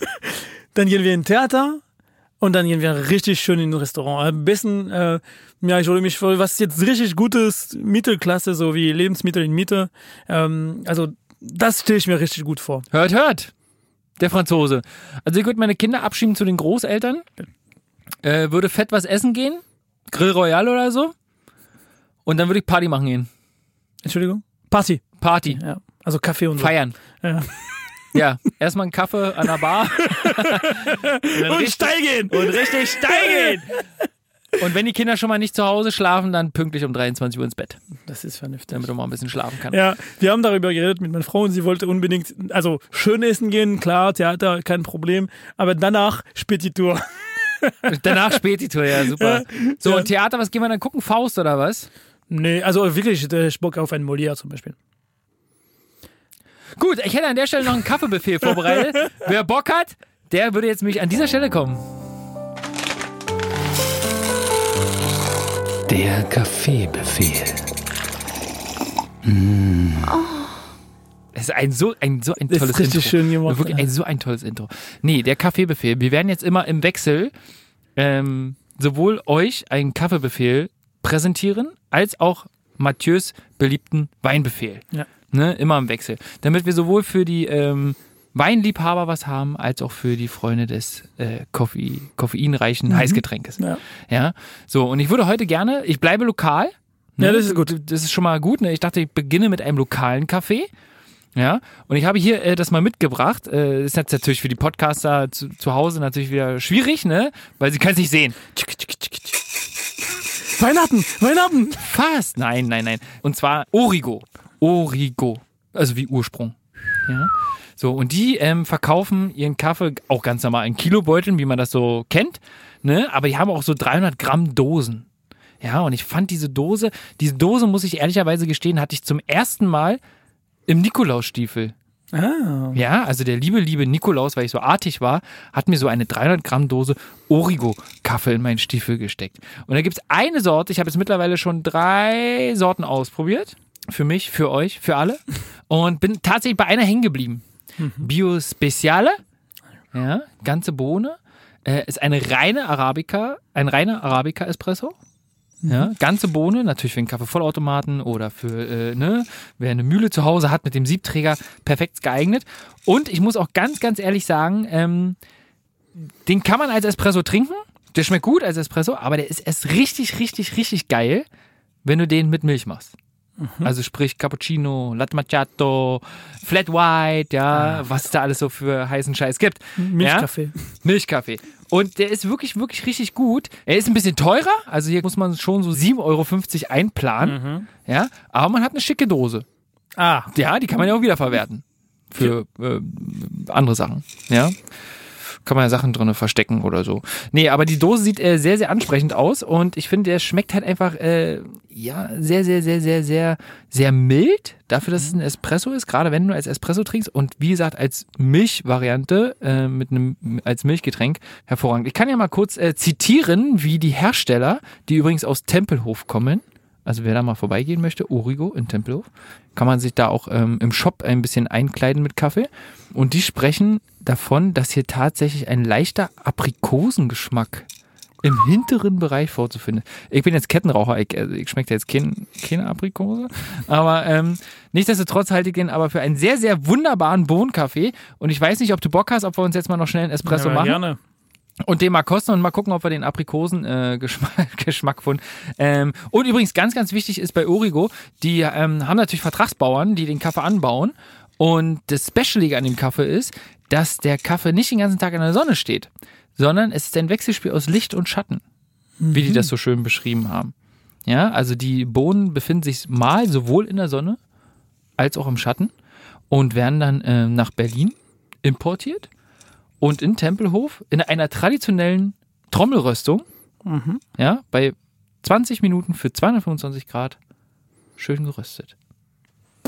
Speaker 1: dann gehen wir in Theater und dann gehen wir richtig schön in ein Restaurant. Am besten, äh, ja, ich hole mich für was jetzt richtig Gutes, Mittelklasse, so wie Lebensmittel in Mitte. Ähm, also das stelle ich mir richtig gut vor.
Speaker 4: Hört, hört. Der Franzose. Also ich würde meine Kinder abschieben zu den Großeltern. Äh, würde fett was essen gehen. Grill Royal oder so. Und dann würde ich Party machen gehen.
Speaker 1: Entschuldigung? Party.
Speaker 4: Party.
Speaker 1: Ja. Also Kaffee und so.
Speaker 4: Feiern.
Speaker 1: Ja.
Speaker 4: Ja, erstmal einen Kaffee an der Bar.
Speaker 1: Und steil gehen! Und richtig steil gehen!
Speaker 4: Und wenn die Kinder schon mal nicht zu Hause schlafen, dann pünktlich um 23 Uhr ins Bett,
Speaker 1: Das ist vernünftig.
Speaker 4: damit du mal ein bisschen schlafen kannst.
Speaker 1: Ja, wir haben darüber geredet mit meiner Frau und sie wollte unbedingt, also schön essen gehen, klar, Theater, kein Problem, aber danach spielt die Tour.
Speaker 4: Danach spät die Tour, ja, super. So,
Speaker 1: ja.
Speaker 4: und Theater, was gehen wir dann gucken? Faust oder was?
Speaker 1: Nee, also wirklich, äh, ich Bock auf einen Molière zum Beispiel.
Speaker 4: Gut, ich hätte an der Stelle noch einen Kaffeebefehl vorbereitet. Wer Bock hat, der würde jetzt mich an dieser Stelle kommen.
Speaker 9: Der Kaffeebefehl.
Speaker 4: Oh. Es ist ein so ein so ein
Speaker 1: Ist
Speaker 4: tolles
Speaker 1: richtig
Speaker 4: Intro.
Speaker 1: schön gemacht,
Speaker 4: Wirklich ein, so ein tolles Intro. Nee, der Kaffeebefehl. Wir werden jetzt immer im Wechsel ähm, sowohl euch einen Kaffeebefehl präsentieren, als auch Mathieu's beliebten Weinbefehl.
Speaker 1: Ja.
Speaker 4: Ne, immer im Wechsel. Damit wir sowohl für die ähm, Weinliebhaber was haben, als auch für die Freunde des äh, Koffein, koffeinreichen Heißgetränkes.
Speaker 1: Mhm. Ja.
Speaker 4: ja. So, und ich würde heute gerne, ich bleibe lokal. ne?
Speaker 1: Ja, das ist gut.
Speaker 4: Das ist schon mal gut. Ne? Ich dachte, ich beginne mit einem lokalen Kaffee. Ja, und ich habe hier äh, das mal mitgebracht. Äh, ist jetzt natürlich für die Podcaster zu, zu Hause natürlich wieder schwierig, ne? Weil sie können es nicht sehen.
Speaker 1: Weihnachten, Weihnachten!
Speaker 4: Fast. Nein, nein, nein. Und zwar Origo. Origo. Also wie Ursprung. Ja. So, und die ähm, verkaufen ihren Kaffee auch ganz normal in Kilobeuteln, wie man das so kennt. Ne? Aber die haben auch so 300 Gramm Dosen. Ja, und ich fand diese Dose, diese Dose, muss ich ehrlicherweise gestehen, hatte ich zum ersten Mal im Nikolausstiefel.
Speaker 1: Ah.
Speaker 4: Ja, also der liebe, liebe Nikolaus, weil ich so artig war, hat mir so eine 300 Gramm Dose Origo-Kaffee in meinen Stiefel gesteckt. Und da gibt's eine Sorte, ich habe jetzt mittlerweile schon drei Sorten ausprobiert. Für mich, für euch, für alle. Und bin tatsächlich bei einer hängen geblieben. Bio Speciale, ja, ganze Bohne, äh, ist eine reine Arabica, ein reiner Arabica-Espresso. Ja, ganze Bohne, natürlich für einen Kaffeevollautomaten oder für, äh, ne, wer eine Mühle zu Hause hat mit dem Siebträger, perfekt geeignet. Und ich muss auch ganz, ganz ehrlich sagen, ähm, den kann man als Espresso trinken. Der schmeckt gut als Espresso, aber der ist erst richtig, richtig, richtig geil, wenn du den mit Milch machst. Also sprich Cappuccino, Latte Macchiato, Flat White, ja, was es da alles so für heißen Scheiß gibt. ja?
Speaker 1: Milchkaffee.
Speaker 4: Milchkaffee. Und der ist wirklich, wirklich richtig gut. Er ist ein bisschen teurer, also hier muss man schon so 7,50 Euro einplanen. Ja, aber man hat eine schicke Dose.
Speaker 1: Ah.
Speaker 4: Ja, die kann man ja auch wiederverwerten. Für äh, andere Sachen. Ja. Kann man ja Sachen drinne verstecken oder so. Nee, aber die Dose sieht äh, sehr, sehr ansprechend aus und ich finde, der schmeckt halt einfach, äh, ja, sehr, sehr, sehr, sehr, sehr, sehr mild dafür, dass es ein Espresso ist, gerade wenn du als Espresso trinkst und wie gesagt, als Milchvariante, äh, mit einem, als Milchgetränk hervorragend. Ich kann ja mal kurz äh, zitieren, wie die Hersteller, die übrigens aus Tempelhof kommen, also wer da mal vorbeigehen möchte, Origo in Tempelhof, kann man sich da auch ähm, im Shop ein bisschen einkleiden mit Kaffee. Und die sprechen davon, dass hier tatsächlich ein leichter Aprikosengeschmack im hinteren Bereich vorzufinden. Ich bin jetzt Kettenraucher, ich, also ich schmecke jetzt kein, keine Aprikose. Aber ähm, nichtsdestotrotz halte ich den aber für einen sehr, sehr wunderbaren Bohnenkaffee. Und ich weiß nicht, ob du Bock hast, ob wir uns jetzt mal noch schnell einen Espresso
Speaker 1: ja,
Speaker 4: machen
Speaker 1: gerne.
Speaker 4: und den mal kosten und mal gucken, ob wir den Aprikosen-Geschmack äh, Geschmack- Geschmack finden. Ähm, und übrigens, ganz, ganz wichtig ist bei Origo, die ähm, haben natürlich Vertragsbauern, die den Kaffee anbauen. Und das Specialige an dem Kaffee ist, dass der Kaffee nicht den ganzen Tag in der Sonne steht, sondern es ist ein Wechselspiel aus Licht und Schatten, wie die das so schön beschrieben haben. Ja, also die Bohnen befinden sich mal sowohl in der Sonne als auch im Schatten und werden dann ähm, nach Berlin importiert und in Tempelhof in einer traditionellen Trommelröstung,
Speaker 10: Mhm.
Speaker 4: ja, bei 20 Minuten für 225 Grad schön geröstet.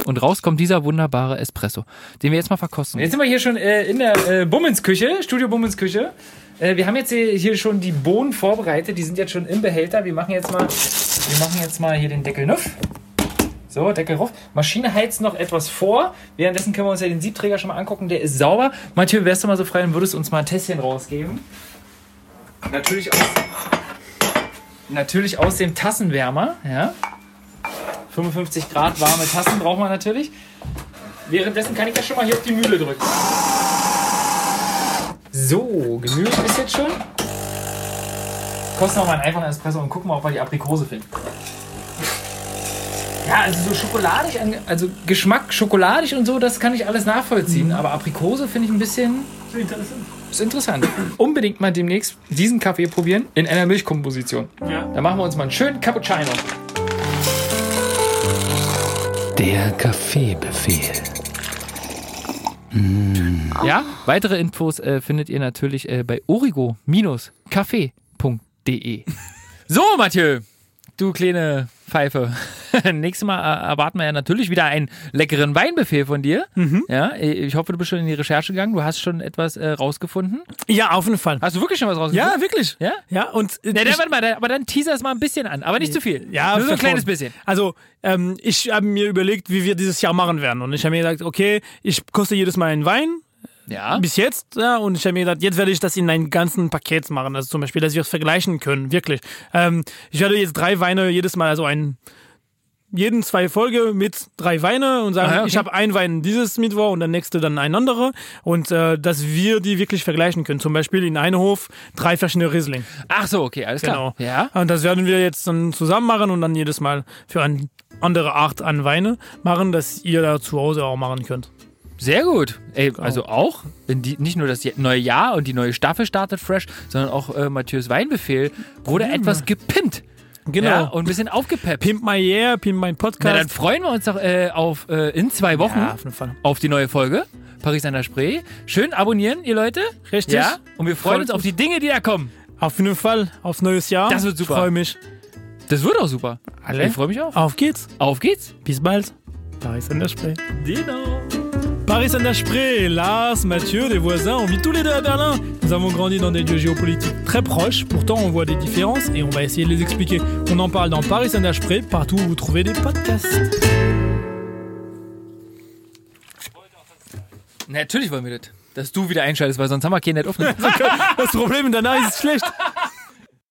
Speaker 4: Und raus kommt dieser wunderbare Espresso, den wir jetzt mal verkosten.
Speaker 10: Jetzt sind wir hier schon äh, in der äh, Bummensküche, Studio Bummensküche. Äh, wir haben jetzt hier, hier schon die Bohnen vorbereitet, die sind jetzt schon im Behälter. Wir machen jetzt mal, wir machen jetzt mal hier den Deckel nuff. So, Deckel rauf. Maschine heizt noch etwas vor. Währenddessen können wir uns ja den Siebträger schon mal angucken. Der ist sauber. Mathieu, wärst du mal so frei und würdest uns mal ein Tässchen rausgeben? Natürlich aus, natürlich aus dem Tassenwärmer. Ja? 55 Grad warme Tassen braucht man natürlich. Währenddessen kann ich ja schon mal hier auf die Mühle drücken. So, Gemüse ist jetzt schon. Kosten wir mal einen einfachen Espresso und gucken mal, ob wir die Aprikose finden. Ja, also so schokoladig, ange- also Geschmack schokoladig und so, das kann ich alles nachvollziehen. Aber Aprikose finde ich ein bisschen. Mhm. Ist interessant. Unbedingt mal demnächst diesen Kaffee probieren in einer Milchkomposition. Ja. Da machen wir uns mal einen schönen Cappuccino.
Speaker 9: Der Kaffeebefehl.
Speaker 4: Ja, weitere Infos äh, findet ihr natürlich äh, bei origo-café.de. So, Mathieu, du kleine Pfeife. Nächstes Mal äh, erwarten wir ja natürlich wieder einen leckeren Weinbefehl von dir. Ja, ich hoffe, du bist schon in die Recherche gegangen. Du hast schon etwas äh, rausgefunden.
Speaker 1: Ja, auf jeden Fall.
Speaker 4: Hast du wirklich schon was rausgefunden?
Speaker 1: Ja, wirklich.
Speaker 4: Ja?
Speaker 1: Ja, und äh,
Speaker 4: Na, dann,
Speaker 1: ich-
Speaker 4: warte mal, dann, aber dann teaser es mal ein bisschen an, aber nicht zu viel.
Speaker 1: Ja,
Speaker 4: Nur so ein
Speaker 1: schon.
Speaker 4: kleines bisschen.
Speaker 1: Also, ähm, ich habe mir überlegt, wie wir dieses Jahr machen werden. Und ich habe mir gedacht, okay, ich koste jedes Mal einen Wein,
Speaker 4: Ja.
Speaker 1: bis jetzt. Ja, und ich habe mir gedacht, jetzt werde ich das in einem ganzen Paket machen. Also zum Beispiel, dass wir es vergleichen können, wirklich. Ähm, ich werde jetzt drei Weine jedes Mal, also einen, jeden zwei Folge mit drei Weine und sagen,
Speaker 4: Ah, ja, okay.
Speaker 1: ich habe einen Wein dieses Mittwoch und der nächste dann ein anderer. Und äh, dass wir die wirklich vergleichen können. Zum Beispiel in einem Hof drei verschiedene Riesling.
Speaker 4: Ach so, okay, alles
Speaker 1: Genau.
Speaker 4: klar. Ja.
Speaker 1: Und das werden wir jetzt dann zusammen machen und dann jedes Mal für eine andere Art an Weine machen, dass ihr da zu Hause auch machen könnt.
Speaker 4: Sehr gut. Ey, also auch, wenn die, nicht nur das je- neue Jahr und die neue Staffel startet fresh, sondern auch äh, Matthäus Weinbefehl wurde etwas gepimpt.
Speaker 1: Genau.
Speaker 4: Ja, und ein bisschen aufgepeppt.
Speaker 1: Pimp My Year, Pimp Mein
Speaker 4: Na, dann
Speaker 1: Podcast.
Speaker 4: freuen wir uns doch äh, auf äh, in zwei Wochen
Speaker 1: ja, auf jeden Fall.
Speaker 4: auf die neue Folge. Paris an der Spree. Schön abonnieren, ihr Leute.
Speaker 1: Richtig.
Speaker 4: Ja. Und wir freuen
Speaker 1: Folgt
Speaker 4: uns auf die Dinge, die da kommen.
Speaker 1: Auf jeden Fall, aufs neues Jahr.
Speaker 4: Das wird super.
Speaker 1: Ich freue mich.
Speaker 4: Das wird auch super.
Speaker 1: Alle?
Speaker 4: Ich freue mich auch.
Speaker 1: Auf geht's.
Speaker 4: Auf geht's.
Speaker 1: Bis bald. Paris an der Spree. Paris an der Spree, Lars, Mathieu, des voisins, on vit tous les deux à Berlin. Nous avons grandi dans des lieux géopolitiques très proches, pourtant on voit des différences et on va essayer de les expliquer. On en parle dans Paris an der Spree, partout où vous trouvez des podcasts.
Speaker 4: Natürlich wollen wir das. Dass du wieder einschaltest, weil sonst haben wir keinen nicht offen.
Speaker 1: Das Problem, danach ist es schlecht.